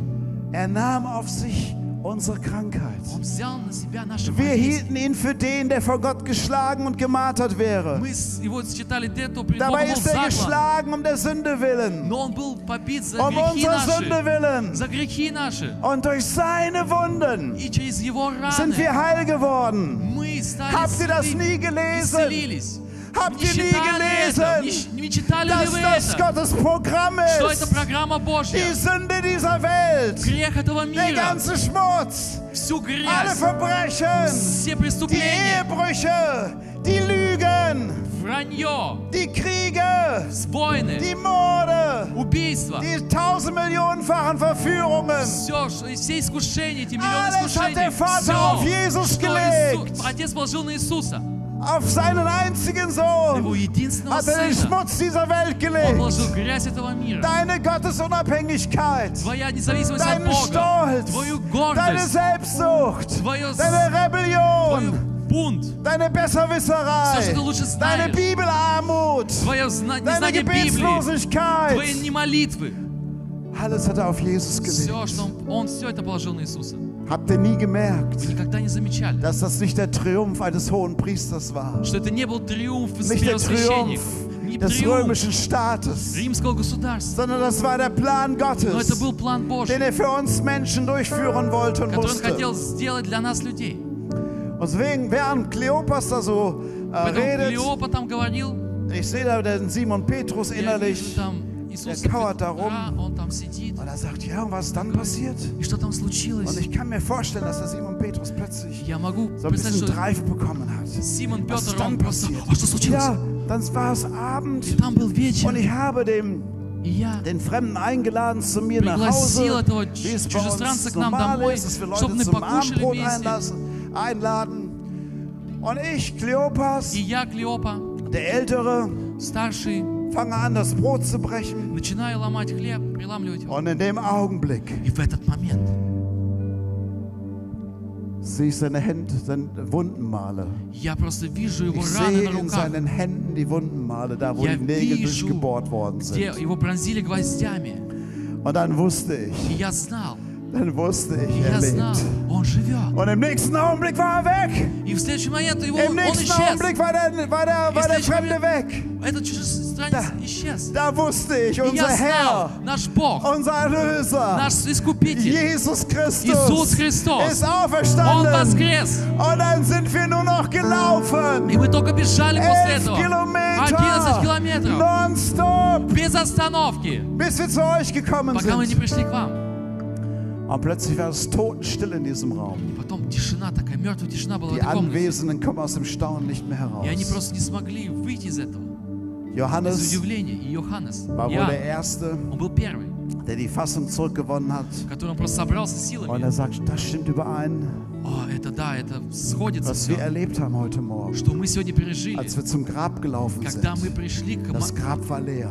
Speaker 2: Er nahm auf sich unsere Krankheit.
Speaker 1: Он взял на себя наши
Speaker 2: Wir
Speaker 1: болезни.
Speaker 2: hielten ihn für den, der vor Gott geschlagen und gemartert wäre.
Speaker 1: Мы с- его считали те, кто пред
Speaker 2: Dabei
Speaker 1: Богом был
Speaker 2: ist er
Speaker 1: заклан.
Speaker 2: geschlagen um der Sünde willen,
Speaker 1: Но он был побит за
Speaker 2: um
Speaker 1: грехи
Speaker 2: unserer Sünde
Speaker 1: наши.
Speaker 2: willen.
Speaker 1: За грехи наши.
Speaker 2: Und durch seine Wunden
Speaker 1: И через его
Speaker 2: sind
Speaker 1: раны
Speaker 2: wir heil geworden.
Speaker 1: мы стали
Speaker 2: Habt ihr das
Speaker 1: святыми.
Speaker 2: nie gelesen?
Speaker 1: исцелились.
Speaker 2: Habt
Speaker 1: Не
Speaker 2: ihr nie
Speaker 1: считали это? Не,
Speaker 2: gelesen,
Speaker 1: щ- не читали ли
Speaker 2: dass
Speaker 1: вы
Speaker 2: das
Speaker 1: это?
Speaker 2: Gottes Programm
Speaker 1: Что это
Speaker 2: ist?
Speaker 1: программа
Speaker 2: Die
Speaker 1: Божья?
Speaker 2: Sünde dieser Welt,
Speaker 1: Грех этого
Speaker 2: der
Speaker 1: мира,
Speaker 2: ganze Schmutz,
Speaker 1: всю
Speaker 2: alle
Speaker 1: грязь,
Speaker 2: Verbrechen,
Speaker 1: все
Speaker 2: die
Speaker 1: преступления,
Speaker 2: Ehebrüche, die Lügen,
Speaker 1: вранье,
Speaker 2: die Kriege,
Speaker 1: войны,
Speaker 2: die Morde,
Speaker 1: убийства,
Speaker 2: die tausendmillionenfachen Verführungen.
Speaker 1: все, ш- все искушения, эти миллионы
Speaker 2: Alles hat der
Speaker 1: искушений,
Speaker 2: Vater auf
Speaker 1: все,
Speaker 2: Jesus
Speaker 1: что
Speaker 2: gelegt,
Speaker 1: Иису- Отец положил на Иисуса,
Speaker 2: auf seinen einzigen
Speaker 1: его
Speaker 2: Sohn
Speaker 1: единственного
Speaker 2: hat er den
Speaker 1: сына.
Speaker 2: Schmutz dieser Welt
Speaker 1: Он
Speaker 2: gelegt.
Speaker 1: положил грязь этого мира,
Speaker 2: Deine Gottesunabhängigkeit,
Speaker 1: твоя независимость от
Speaker 2: deinen
Speaker 1: Бога,
Speaker 2: Stolz,
Speaker 1: твою
Speaker 2: deine
Speaker 1: гордость,
Speaker 2: Selbstsucht,
Speaker 1: твое, с-
Speaker 2: deine
Speaker 1: твой
Speaker 2: Rebellion,
Speaker 1: бунт,
Speaker 2: deine
Speaker 1: все, что
Speaker 2: Besserwisserei,
Speaker 1: ты лучше
Speaker 2: deine
Speaker 1: знаешь,
Speaker 2: Bibelarmut,
Speaker 1: твое зна-
Speaker 2: deine
Speaker 1: незнание Библии, твои
Speaker 2: Gebetslosigkeit,
Speaker 1: не молитвы,
Speaker 2: Alles hat er auf Jesus
Speaker 1: Все,
Speaker 2: gelegt.
Speaker 1: что он, он все это положил на Иисуса. Вы
Speaker 2: Habt ihr nie gemerkt,
Speaker 1: никогда не замечали,
Speaker 2: dass das nicht der Triumph eines hohen Priesters war?
Speaker 1: что это не был триумф
Speaker 2: Nicht der
Speaker 1: первосвященников, не
Speaker 2: Triumph des
Speaker 1: триумф
Speaker 2: römischen Staates,
Speaker 1: римского государства,
Speaker 2: sondern das war der Plan
Speaker 1: но это
Speaker 2: Gottes,
Speaker 1: был план
Speaker 2: den
Speaker 1: Божий,
Speaker 2: er für uns Menschen durchführen wollte und
Speaker 1: который он
Speaker 2: musste.
Speaker 1: хотел сделать для нас людей.
Speaker 2: Und deswegen, während Kleopas da so äh,
Speaker 1: Поэтому
Speaker 2: redet,
Speaker 1: Клеопа там говорил,
Speaker 2: ich sehe da den Simon Petrus
Speaker 1: я вижу
Speaker 2: innerlich,
Speaker 1: там Иисуса
Speaker 2: der kauert da rum.
Speaker 1: Петра, он там сидит.
Speaker 2: und er sagt, ja, und was ist dann passiert?
Speaker 1: И что там
Speaker 2: Und
Speaker 1: случилось?
Speaker 2: ich kann mir vorstellen, dass der Simon Petrus plötzlich
Speaker 1: Я могу
Speaker 2: so ein
Speaker 1: представить, что
Speaker 2: bisschen Drive bekommen hat.
Speaker 1: Симон
Speaker 2: Was ist
Speaker 1: Петр,
Speaker 2: dann
Speaker 1: он просто,
Speaker 2: passiert?
Speaker 1: а что случилось?
Speaker 2: Ja, dann war es Abend
Speaker 1: Там был
Speaker 2: und
Speaker 1: вечер,
Speaker 2: ich habe dem,
Speaker 1: и я
Speaker 2: den Fremden eingeladen zu mir nach
Speaker 1: пригласил
Speaker 2: Hause,
Speaker 1: этого
Speaker 2: wie es
Speaker 1: ч-
Speaker 2: bei uns
Speaker 1: чужестранца к нам
Speaker 2: normal
Speaker 1: домой,
Speaker 2: ist, dass wir
Speaker 1: чтобы
Speaker 2: Leute
Speaker 1: мы
Speaker 2: zum
Speaker 1: покушали
Speaker 2: Abendbrot
Speaker 1: вместе.
Speaker 2: einlassen, einladen. Und ich, Kleopas,
Speaker 1: И я, Клеопа,
Speaker 2: der Ältere,
Speaker 1: старший,
Speaker 2: fange an, das Brot zu brechen.
Speaker 1: начинаю ломать хлеб, приламливать его.
Speaker 2: Und in dem Augenblick
Speaker 1: И в этот момент
Speaker 2: sehe ich seine Hände, seine Wundenmale.
Speaker 1: я просто вижу его
Speaker 2: Ich
Speaker 1: раны
Speaker 2: sehe
Speaker 1: на
Speaker 2: in
Speaker 1: руках,
Speaker 2: seinen Händen die Wundenmale, da wo
Speaker 1: Ja,
Speaker 2: die Nägel
Speaker 1: wie Schuh.
Speaker 2: durchgebohrt worden
Speaker 1: где
Speaker 2: sind.
Speaker 1: его пронзили гвоздями.
Speaker 2: Und dann wusste ich,
Speaker 1: И я знал,
Speaker 2: dann wusste
Speaker 1: и
Speaker 2: ich, er
Speaker 1: я знал,
Speaker 2: lebt.
Speaker 1: он живет.
Speaker 2: Und im nächsten Augenblick war er weg.
Speaker 1: И в следующий момент его,
Speaker 2: Im
Speaker 1: он
Speaker 2: nächsten
Speaker 1: исчез.
Speaker 2: Augenblick war der, war der, war der
Speaker 1: Ist der
Speaker 2: Fremde weg.
Speaker 1: Этот чужестранец исчез.
Speaker 2: Da wusste ich,
Speaker 1: И
Speaker 2: unser
Speaker 1: я знал,
Speaker 2: Herr,
Speaker 1: наш Бог,
Speaker 2: unser Erlöser,
Speaker 1: наш Искупитель,
Speaker 2: Jesus Christus
Speaker 1: Иисус Христос,
Speaker 2: ist
Speaker 1: Он
Speaker 2: auferstanden.
Speaker 1: воскрес.
Speaker 2: Und dann sind wir nur noch gelaufen.
Speaker 1: И мы только бежали после
Speaker 2: 11
Speaker 1: этого. 11
Speaker 2: Kilometer
Speaker 1: километров.
Speaker 2: nonstop,
Speaker 1: Без остановки.
Speaker 2: bis wir zu euch gekommen
Speaker 1: Пока мы не
Speaker 2: sind.
Speaker 1: пришли к вам.
Speaker 2: Und plötzlich war es totenstill in diesem Raum.
Speaker 1: Потом тишина такая, мертвая тишина была в
Speaker 2: Die
Speaker 1: этой комнате.
Speaker 2: Anwesenden kommen aus dem Staunen nicht mehr heraus.
Speaker 1: И они просто не смогли выйти из этого. Из
Speaker 2: Johannes
Speaker 1: удивления. И Йоханнес,
Speaker 2: war wohl der
Speaker 1: Иоанн,
Speaker 2: Erste,
Speaker 1: он был первый,
Speaker 2: der die Fassung zurückgewonnen hat.
Speaker 1: который просто собрался
Speaker 2: Und
Speaker 1: силами.
Speaker 2: er sagt, das stimmt überein,
Speaker 1: О, это да, это сходится
Speaker 2: was wir
Speaker 1: все.
Speaker 2: erlebt haben heute Morgen,
Speaker 1: Что мы сегодня пережили,
Speaker 2: als wir zum Grab gelaufen
Speaker 1: когда мы
Speaker 2: sind.
Speaker 1: пришли к, ма-
Speaker 2: Das Grab war leer.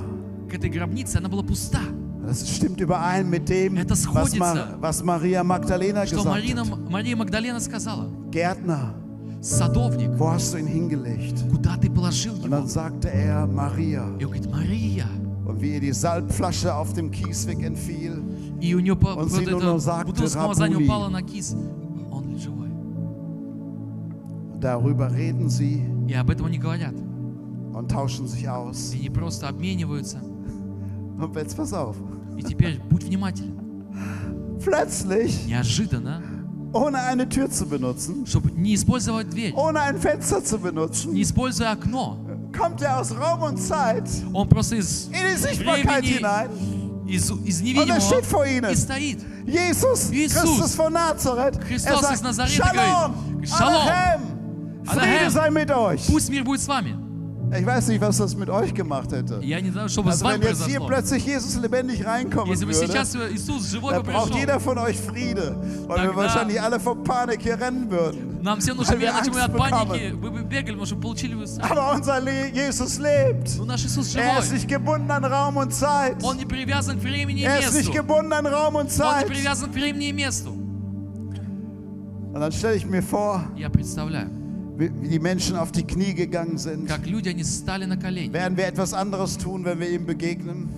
Speaker 1: к этой гробнице, она была пуста.
Speaker 2: Das stimmt überein mit dem,
Speaker 1: Das
Speaker 2: was,
Speaker 1: schodится.
Speaker 2: Ma was Maria Magdalena
Speaker 1: Что
Speaker 2: gesagt
Speaker 1: Марина,
Speaker 2: hat.
Speaker 1: Мария Магдалена сказала,
Speaker 2: Gärtner,
Speaker 1: садовник,
Speaker 2: wo hast du ihn hingelegt?
Speaker 1: куда ты положил
Speaker 2: Und
Speaker 1: его?
Speaker 2: dann sagte er, Maria.
Speaker 1: И он говорит, Мария.
Speaker 2: Und wie ihr die Salbflasche auf dem Kiesweg entfiel,
Speaker 1: И у нее по-
Speaker 2: Он
Speaker 1: вот
Speaker 2: сильно
Speaker 1: это
Speaker 2: назад,
Speaker 1: бутылка помазания
Speaker 2: Рабули.
Speaker 1: упала на кис. Он живой.
Speaker 2: darüber reden sie
Speaker 1: И об этом они говорят.
Speaker 2: und tauschen sich aus.
Speaker 1: И не просто обмениваются.
Speaker 2: Und jetzt pass auf.
Speaker 1: И теперь будь внимателен.
Speaker 2: Plötzlich,
Speaker 1: Неожиданно,
Speaker 2: ohne eine Tür zu benutzen,
Speaker 1: чтобы не использовать дверь,
Speaker 2: ohne ein Fenster zu benutzen,
Speaker 1: не используя окно,
Speaker 2: kommt er aus Raum und Zeit
Speaker 1: он просто из,
Speaker 2: in die Sichtbarkeit
Speaker 1: Времени.
Speaker 2: hinein.
Speaker 1: из, из
Speaker 2: Und er
Speaker 1: невидимого
Speaker 2: steht vor
Speaker 1: и
Speaker 2: ihnen.
Speaker 1: стоит.
Speaker 2: Jesus,
Speaker 1: Jesus.
Speaker 2: Christus von Nazareth. Er
Speaker 1: Christus aus
Speaker 2: sagt,
Speaker 1: Nazareth
Speaker 2: Shalom,
Speaker 1: geht. Shalom.
Speaker 2: Anachem, Friede
Speaker 1: Anachem.
Speaker 2: sei mit euch.
Speaker 1: Пусть мир будет с вами.
Speaker 2: Ich weiß nicht, was das mit euch gemacht hätte.
Speaker 1: Я не знаю, что бы с
Speaker 2: Also
Speaker 1: вами
Speaker 2: wenn jetzt hier
Speaker 1: произошло.
Speaker 2: plötzlich Jesus lebendig reinkommen
Speaker 1: Если бы
Speaker 2: würde,
Speaker 1: сейчас Иисус живой
Speaker 2: dann
Speaker 1: бы
Speaker 2: braucht
Speaker 1: пришел,
Speaker 2: jeder von euch Friede, weil wir
Speaker 1: Тогда-
Speaker 2: wahrscheinlich alle vor Panik hier rennen würden.
Speaker 1: нам всем нужно
Speaker 2: weil wir
Speaker 1: бегать, иначе мы
Speaker 2: Angst
Speaker 1: от
Speaker 2: bekommen.
Speaker 1: паники, мы бы бегали, потому что получили бы сами.
Speaker 2: Aber unser Le Jesus lebt.
Speaker 1: Но наш Иисус
Speaker 2: Er ist
Speaker 1: живой.
Speaker 2: nicht gebunden an Raum und Zeit.
Speaker 1: Он не привязан к времени и
Speaker 2: Er ist
Speaker 1: месту.
Speaker 2: nicht gebunden an Raum
Speaker 1: Он
Speaker 2: und
Speaker 1: не
Speaker 2: Zeit.
Speaker 1: привязан к времени и месту.
Speaker 2: Und dann stelle ich mir vor,
Speaker 1: Я представляю,
Speaker 2: wie wie die Menschen auf die Knie gegangen sind.
Speaker 1: как люди, они стали на колени.
Speaker 2: Werden wir etwas anderes tun, wenn wir ihm begegnen?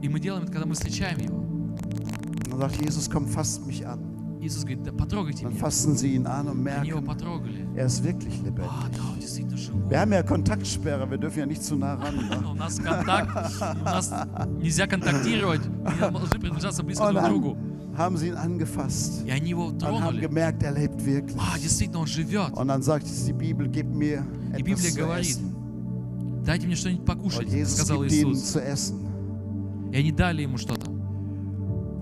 Speaker 1: И мы делаем это, когда мы встречаем его.
Speaker 2: Und dann sagt Jesus, komm, fasst mich an.
Speaker 1: Иисус говорит, да потрогайте
Speaker 2: Dann
Speaker 1: меня.
Speaker 2: fassen sie ihn an und
Speaker 1: Они его
Speaker 2: merken,
Speaker 1: потрогали.
Speaker 2: er ist wirklich lebendig.
Speaker 1: А, да, он действительно живой.
Speaker 2: Wir haben ja Kontaktsperre, wir dürfen ja nicht zu nah ran. Ne?
Speaker 1: Но У нас контакт, у нас нельзя контактировать, не должны приближаться близко
Speaker 2: Und
Speaker 1: друг к другу.
Speaker 2: dann haben sie ihn angefasst
Speaker 1: И они его
Speaker 2: und haben
Speaker 1: тронули.
Speaker 2: gemerkt, er lebt wirklich.
Speaker 1: А, действительно, он живет.
Speaker 2: Und dann sagt die Bibel, gib mir
Speaker 1: И
Speaker 2: etwas
Speaker 1: Библия
Speaker 2: zu
Speaker 1: говорит,
Speaker 2: essen.
Speaker 1: дайте мне что-нибудь
Speaker 2: Und
Speaker 1: покушать,
Speaker 2: Jesus
Speaker 1: сказал
Speaker 2: gibt ihnen
Speaker 1: Иисус.
Speaker 2: zu essen.
Speaker 1: И они дали ему что-то.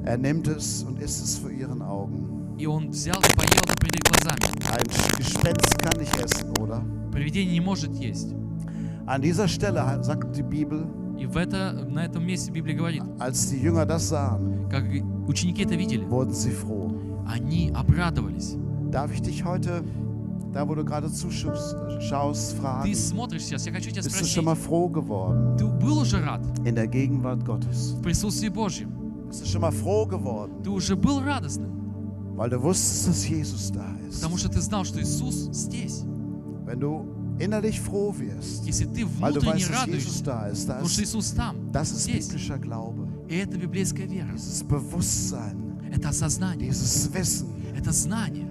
Speaker 2: Er nimmt es und isst es vor ihren Augen.
Speaker 1: И он взял и поел это перед их глазами.
Speaker 2: Ein Gespenst kann nicht essen, oder?
Speaker 1: Привидение не может есть.
Speaker 2: An dieser Stelle hat- sagt die Bibel,
Speaker 1: И в это, на этом месте Библия говорит,
Speaker 2: als die Jünger das sahen,
Speaker 1: как и ученики это видели,
Speaker 2: wurden sie froh.
Speaker 1: они обрадовались.
Speaker 2: Darf ich dich heute, da wo du gerade zuschaust, schaust, fragen,
Speaker 1: Ты смотришь сейчас, я хочу тебя
Speaker 2: bist du
Speaker 1: спросить,
Speaker 2: schon mal froh geworden
Speaker 1: ты был уже рад
Speaker 2: in der Gegenwart Gottes?
Speaker 1: в присутствии Божьем?
Speaker 2: Bist du schon mal froh geworden,
Speaker 1: Ты уже был радостным,
Speaker 2: weil du wusstest, dass Jesus da ist?
Speaker 1: потому что ты знал, что Иисус здесь.
Speaker 2: Wenn du innerlich froh wirst,
Speaker 1: Если ты
Speaker 2: weil du
Speaker 1: внутренне
Speaker 2: weißt, dass Jesus
Speaker 1: радуешься,
Speaker 2: da ist,
Speaker 1: потому
Speaker 2: das
Speaker 1: что
Speaker 2: ist,
Speaker 1: Иисус там,
Speaker 2: das ist
Speaker 1: здесь,
Speaker 2: biblischer Glaube.
Speaker 1: И это библейская вера.
Speaker 2: dieses Bewusstsein,
Speaker 1: Это осознание.
Speaker 2: dieses Wissen,
Speaker 1: Это знание.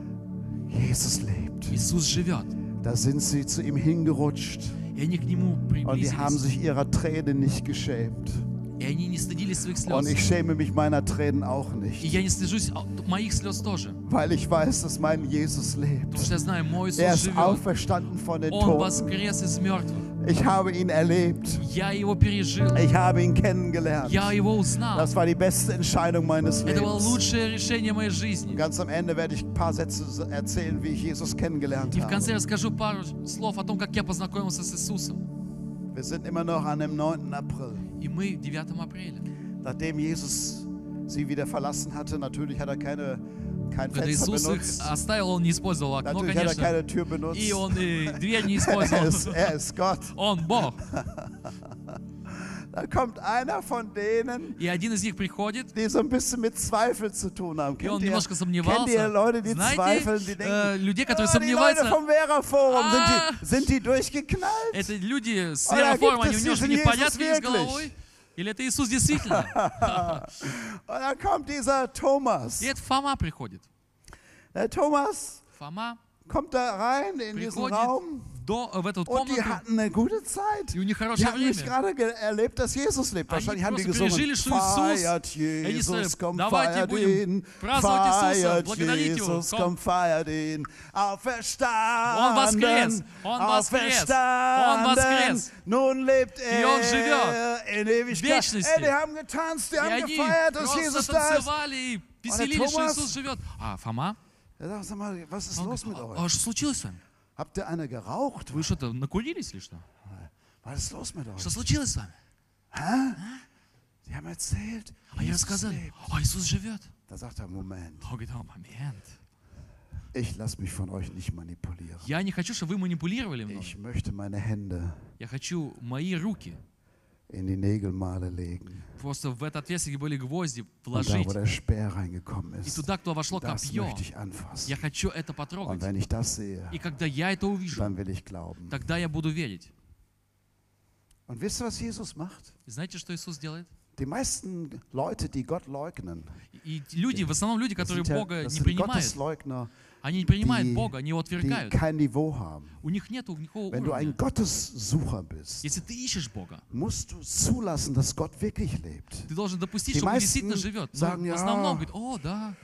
Speaker 2: Jesus lebt.
Speaker 1: Иисус живет.
Speaker 2: Da sind sie zu ihm hingerutscht
Speaker 1: И они к Нему
Speaker 2: und die haben
Speaker 1: приблизились.
Speaker 2: sich ihrer Tränen nicht geschämt.
Speaker 1: И они не стыдились своих
Speaker 2: Und ich
Speaker 1: слез.
Speaker 2: schäme mich meiner Tränen auch
Speaker 1: И
Speaker 2: nicht,
Speaker 1: я не стыжусь а, моих слез тоже.
Speaker 2: weil ich weiß, dass mein Jesus lebt.
Speaker 1: Потому что я знаю, мой
Speaker 2: Er
Speaker 1: Иисус
Speaker 2: ist
Speaker 1: живет.
Speaker 2: auferstanden von den
Speaker 1: Он
Speaker 2: Toten.
Speaker 1: воскрес из мертвых.
Speaker 2: Ich habe ihn erlebt.
Speaker 1: Я Его пережил.
Speaker 2: Ich habe ihn kennengelernt.
Speaker 1: Я Его узнал.
Speaker 2: Das war die beste Entscheidung meines
Speaker 1: Это было
Speaker 2: Lebens.
Speaker 1: лучшее решение моей
Speaker 2: Und
Speaker 1: жизни.
Speaker 2: Ganz am Ende werde ich ein paar Sätze erzählen, wie ich Jesus kennengelernt
Speaker 1: И в конце я
Speaker 2: habe.
Speaker 1: расскажу пару слов о том, как я познакомился с Иисусом.
Speaker 2: Wir sind immer noch an dem 9. April.
Speaker 1: И мы 9 апреля.
Speaker 2: Nachdem Jesus sie wieder verlassen hatte, natürlich hat er keine, kein
Speaker 1: Когда
Speaker 2: Fenster
Speaker 1: Иисус их
Speaker 2: benutzt.
Speaker 1: оставил, он не использовал окно,
Speaker 2: Natürlich hat er
Speaker 1: конечно.
Speaker 2: keine Tür benutzt.
Speaker 1: И он и дверь не
Speaker 2: Er ist,
Speaker 1: использовал.
Speaker 2: er ist Gott.
Speaker 1: Он Бог.
Speaker 2: Da kommt einer von denen,
Speaker 1: И один из них приходит,
Speaker 2: die so ein bisschen mit Zweifel zu tun haben.
Speaker 1: и он
Speaker 2: Kennt ihr,
Speaker 1: немножко
Speaker 2: kennt ihr Äh,
Speaker 1: сомневался.
Speaker 2: Leute, die zweifeln,
Speaker 1: Знаете,
Speaker 2: die
Speaker 1: э,
Speaker 2: denken,
Speaker 1: людей, которые
Speaker 2: "Ah, die Leute
Speaker 1: сомневаются,
Speaker 2: vom Vera-Forum,
Speaker 1: Ah.
Speaker 2: sind, die, sind die durchgeknallt?
Speaker 1: это люди с
Speaker 2: А, да,
Speaker 1: вероформой,
Speaker 2: gibt
Speaker 1: они
Speaker 2: es
Speaker 1: немножко
Speaker 2: diesen
Speaker 1: не в порядке
Speaker 2: Jesus
Speaker 1: с головой.
Speaker 2: wirklich?
Speaker 1: Или это Иисус действительно?
Speaker 2: Und dann kommt dieser Thomas.
Speaker 1: И это Фома приходит.
Speaker 2: Der Thomas
Speaker 1: Фома
Speaker 2: kommt da rein in diesen
Speaker 1: приходит
Speaker 2: Raum
Speaker 1: в, до- в эту
Speaker 2: und die
Speaker 1: комнату,
Speaker 2: hatten eine gute Zeit.
Speaker 1: и у них
Speaker 2: Die
Speaker 1: хорошее
Speaker 2: hatten nicht
Speaker 1: время.
Speaker 2: gerade ge- erlebt, dass Jesus lebt. Wahrscheinlich haben die
Speaker 1: просто пережили,
Speaker 2: gesungen,
Speaker 1: что Иисус-
Speaker 2: feiert
Speaker 1: Они сказали,
Speaker 2: Jesus, komm,
Speaker 1: «Давайте
Speaker 2: feiert
Speaker 1: будем
Speaker 2: ihn,
Speaker 1: праздновать Иисуса,
Speaker 2: feiert
Speaker 1: благодарить его,
Speaker 2: Jesus,
Speaker 1: komm».
Speaker 2: komm, feiert ihn,
Speaker 1: Он воскрес,
Speaker 2: auferstanden,
Speaker 1: он воскрес, он
Speaker 2: auferstanden,
Speaker 1: воскрес.
Speaker 2: nun lebt
Speaker 1: он живет
Speaker 2: er in Ewigkeit.
Speaker 1: вечности.
Speaker 2: Ey, die haben getanzt, die
Speaker 1: И
Speaker 2: haben
Speaker 1: они
Speaker 2: gefeiert, dass Jesus
Speaker 1: просто
Speaker 2: da ist.
Speaker 1: танцевали и веселились, что
Speaker 2: Томас-
Speaker 1: Иисус живет. А Фома?
Speaker 2: Er sagt, sag mal, was ist
Speaker 1: Он
Speaker 2: los mit
Speaker 1: говорит,
Speaker 2: euch?
Speaker 1: а, а что случилось с вами?
Speaker 2: Habt ihr eine geraucht?
Speaker 1: Вы что-то накурились или что?
Speaker 2: Was ist los mit euch?
Speaker 1: Что случилось с вами?
Speaker 2: Die haben erzählt.
Speaker 1: А я рассказал, а Иисус живет.
Speaker 2: Da sagt er, Moment,
Speaker 1: Он говорит, а, момент.
Speaker 2: ich lasse mich von euch nicht manipulieren.
Speaker 1: Я не хочу, чтобы вы манипулировали мной.
Speaker 2: Ich möchte meine Hände
Speaker 1: Я хочу мои руки
Speaker 2: in die Nägelmale legen.
Speaker 1: просто в этот отверстие, где были гвозди,
Speaker 2: Und da,
Speaker 1: вложить.
Speaker 2: wo der Speer reingekommen
Speaker 1: И
Speaker 2: ist,
Speaker 1: туда, кто вошло
Speaker 2: das
Speaker 1: копье,
Speaker 2: möchte ich
Speaker 1: я
Speaker 2: anfassen.
Speaker 1: хочу это
Speaker 2: Und
Speaker 1: потрогать.
Speaker 2: wenn ich das sehe,
Speaker 1: И когда я это увижу,
Speaker 2: dann will ich glauben.
Speaker 1: тогда я буду верить.
Speaker 2: Und wisst ihr, was Jesus macht?
Speaker 1: И Знаете, что Иисус делает?
Speaker 2: Die meisten Leute, die Gott leugnen,
Speaker 1: И люди, в основном люди,
Speaker 2: das
Speaker 1: которые
Speaker 2: sind, ja,
Speaker 1: Бога
Speaker 2: das
Speaker 1: не
Speaker 2: sind
Speaker 1: принимают,
Speaker 2: Gottesleugner,
Speaker 1: они не принимают
Speaker 2: die-
Speaker 1: Бога, они его
Speaker 2: die
Speaker 1: отвергают.
Speaker 2: kein Niveau haben.
Speaker 1: У них нет никакого
Speaker 2: Wenn du
Speaker 1: уровня.
Speaker 2: ein Gottessucher bist,
Speaker 1: Если ты ищешь Бога,
Speaker 2: musst du zulassen, dass Gott wirklich lebt.
Speaker 1: ты должен допустить,
Speaker 2: Die
Speaker 1: что он
Speaker 2: meisten
Speaker 1: действительно живет. Но
Speaker 2: sagen,
Speaker 1: в
Speaker 2: ja.
Speaker 1: основном говорит, о, да,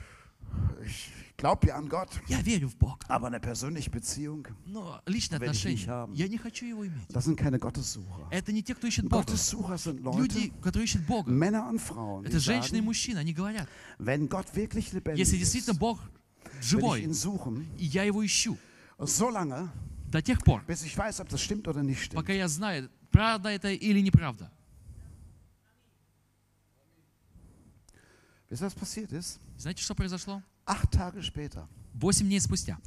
Speaker 2: Ich glaube ja an Gott,
Speaker 1: я верю в Бога.
Speaker 2: aber eine persönliche Beziehung,
Speaker 1: Но личные
Speaker 2: Wenn ich
Speaker 1: отношения,
Speaker 2: nicht haben.
Speaker 1: я не хочу его иметь.
Speaker 2: das sind keine Gottessucher.
Speaker 1: Это не те, кто
Speaker 2: Ну,
Speaker 1: ищет Бога.
Speaker 2: Gottessucher sind Leute,
Speaker 1: Люди, которые ищут Бога.
Speaker 2: Männer und Frauen, die
Speaker 1: Это женщины и
Speaker 2: sagen,
Speaker 1: мужчины, они говорят,
Speaker 2: wenn Gott wirklich lebendig
Speaker 1: если
Speaker 2: ist,
Speaker 1: действительно Бог
Speaker 2: will ich
Speaker 1: живой,
Speaker 2: ihn suchen,
Speaker 1: и я его ищу,
Speaker 2: so lange,
Speaker 1: до тех пор,
Speaker 2: bis ich weiß, ob das stimmt oder nicht stimmt.
Speaker 1: пока я знаю, правда это или неправда.
Speaker 2: Wisst ihr, was passiert ist?
Speaker 1: Знаете, что произошло?
Speaker 2: Acht Tage später
Speaker 1: Восемь дней спустя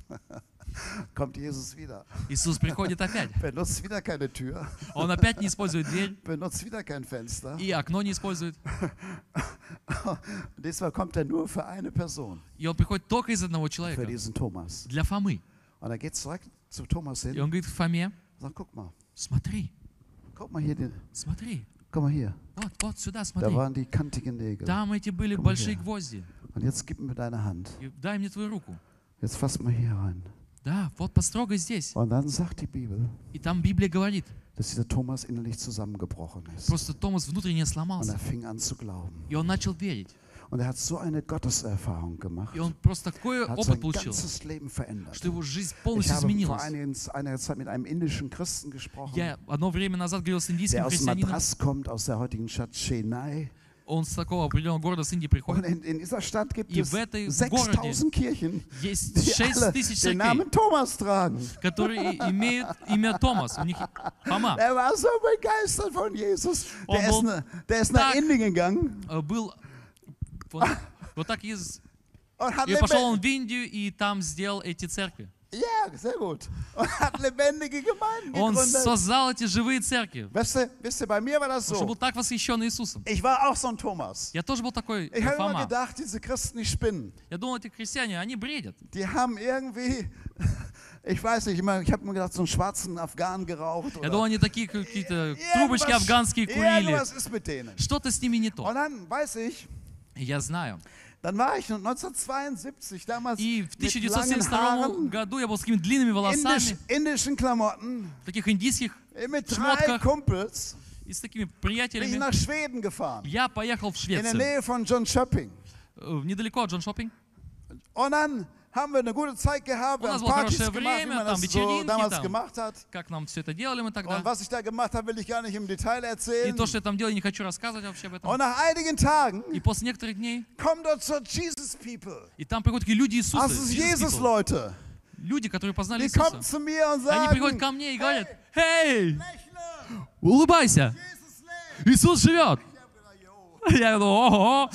Speaker 2: kommt Jesus wieder,
Speaker 1: Иисус приходит опять.
Speaker 2: benutzt wieder keine Tür,
Speaker 1: Он опять не использует дверь,
Speaker 2: benutzt wieder kein Fenster.
Speaker 1: и окно не использует.
Speaker 2: Und diesmal kommt er nur für eine Person,
Speaker 1: И он приходит только из одного человека,
Speaker 2: für diesen Thomas.
Speaker 1: для Фомы.
Speaker 2: Und er geht zurück zu Thomas
Speaker 1: И
Speaker 2: hin
Speaker 1: он говорит Фоме,
Speaker 2: und sagt, guck mal,
Speaker 1: смотри,
Speaker 2: guck mal hier, den,
Speaker 1: смотри,
Speaker 2: guck mal hier.
Speaker 1: вот, вот сюда
Speaker 2: Da
Speaker 1: смотри.
Speaker 2: waren die kantigen Nägel.
Speaker 1: Там эти были
Speaker 2: Guck mal
Speaker 1: большие
Speaker 2: hier.
Speaker 1: гвозди.
Speaker 2: Und jetzt gib mir deine Hand.
Speaker 1: И дай мне твою руку.
Speaker 2: Jetzt fass mal hier rein.
Speaker 1: Да, вот построгай здесь.
Speaker 2: Und dann sagt die Bibel,
Speaker 1: И там Библия говорит,
Speaker 2: dass dieser Thomas innerlich zusammengebrochen ist.
Speaker 1: просто Томас внутренне
Speaker 2: Und
Speaker 1: сломался.
Speaker 2: er fing an zu glauben.
Speaker 1: И он начал верить.
Speaker 2: Und er hat so eine Gotteserfahrung gemacht.
Speaker 1: И он просто такой
Speaker 2: Er hat sein
Speaker 1: опыт получил,
Speaker 2: ganzes Leben verändert.
Speaker 1: что его жизнь
Speaker 2: Ich
Speaker 1: полностью
Speaker 2: habe vor
Speaker 1: изменилась.
Speaker 2: einigen, einiger Zeit mit einem indischen Christen gesprochen,
Speaker 1: Я одно время назад говорил с индийским
Speaker 2: der aus
Speaker 1: христианином.
Speaker 2: Madras kommt, aus der heutigen Stadt Chennai.
Speaker 1: Он с такого определенного города с Индии
Speaker 2: Und
Speaker 1: приходит.
Speaker 2: in, in dieser Stadt gibt
Speaker 1: И
Speaker 2: es
Speaker 1: в этой- в
Speaker 2: 6000 Kirchen,
Speaker 1: Есть
Speaker 2: die
Speaker 1: 6
Speaker 2: alle
Speaker 1: тысяч
Speaker 2: den
Speaker 1: церквей,
Speaker 2: Namen Thomas tragen.
Speaker 1: которые имеют имя Томас. У них Фома.
Speaker 2: Er war so begeistert von Jesus. Der ist,
Speaker 1: Obwohl-
Speaker 2: ne, der ist nach
Speaker 1: Tag.
Speaker 2: Indien gegangen
Speaker 1: э, был вот, вот так из...
Speaker 2: und hat
Speaker 1: И пошел он
Speaker 2: lebendige,
Speaker 1: в Индию и там сделал эти церкви.
Speaker 2: ja, sehr gut. Und hat lebendige Gemeinden
Speaker 1: Он
Speaker 2: gegründet.
Speaker 1: создал эти живые церкви.
Speaker 2: Weißt du, wisst ihr, bei mir war das
Speaker 1: Потому что был
Speaker 2: so.
Speaker 1: так восхищен Иисусом.
Speaker 2: Ich war auch so ein Thomas.
Speaker 1: Я тоже был такой
Speaker 2: Ich
Speaker 1: э,
Speaker 2: habe immer
Speaker 1: Фома.
Speaker 2: gedacht, diese Christen, die spinnen. Ну
Speaker 1: Я думал, эти христиане, они бредят.
Speaker 2: Die haben irgendwie Ich weiß nicht, immer, ich habe mir gedacht, so einen schwarzen Afghan geraucht.
Speaker 1: Я
Speaker 2: Oder
Speaker 1: думал, они такие какие-то трубочки
Speaker 2: Irgendwas-
Speaker 1: афганские курили.
Speaker 2: Irgendwas ist mit denen.
Speaker 1: Что-то с ними не то.
Speaker 2: Und dann weiß ich,
Speaker 1: И Я знаю.
Speaker 2: dann war ich 1972 damals
Speaker 1: И в
Speaker 2: mit langen
Speaker 1: 1972
Speaker 2: Haaren,
Speaker 1: году я был с такими длинными
Speaker 2: indisch,
Speaker 1: волосами,
Speaker 2: indischen Klamotten, eh,
Speaker 1: в таких индийских,
Speaker 2: mit drei
Speaker 1: Шмотках.
Speaker 2: Kumpels
Speaker 1: и с такими
Speaker 2: bin ich
Speaker 1: приятелями.
Speaker 2: nach Schweden gefahren,
Speaker 1: Я поехал в
Speaker 2: in der
Speaker 1: Швецию,
Speaker 2: Nähe von John Shopping.
Speaker 1: э, недалеко от Джон Шоппинг.
Speaker 2: Und dann haben wir eine gute Zeit gehabt, wir
Speaker 1: Und
Speaker 2: haben
Speaker 1: das war
Speaker 2: Partys
Speaker 1: хорошее
Speaker 2: gemacht, wie
Speaker 1: время,
Speaker 2: man
Speaker 1: там
Speaker 2: das so
Speaker 1: вечеринки,
Speaker 2: damals
Speaker 1: там.
Speaker 2: gemacht hat.
Speaker 1: Как нам все это делали мы
Speaker 2: Und
Speaker 1: тогда.
Speaker 2: was ich da gemacht habe, will ich gar nicht im Detail
Speaker 1: И
Speaker 2: erzählen.
Speaker 1: то, что я там делал, я не хочу рассказывать вообще об этом.
Speaker 2: Und nach einigen Tagen
Speaker 1: И после некоторых дней,
Speaker 2: kommen dort so Jesus People.
Speaker 1: и там приходят такие люди Иисуса,
Speaker 2: Das ist
Speaker 1: Jesus
Speaker 2: Jesus,
Speaker 1: people,
Speaker 2: Leute.
Speaker 1: люди, которые познали
Speaker 2: Die
Speaker 1: Иисуса.
Speaker 2: kommen zu mir und
Speaker 1: Они приходят
Speaker 2: sagen,
Speaker 1: ко мне и говорят, «Эй,
Speaker 2: lächle,
Speaker 1: улыбайся,
Speaker 2: Jesus lebt.
Speaker 1: Иисус живет!» Я говорю, «Ого,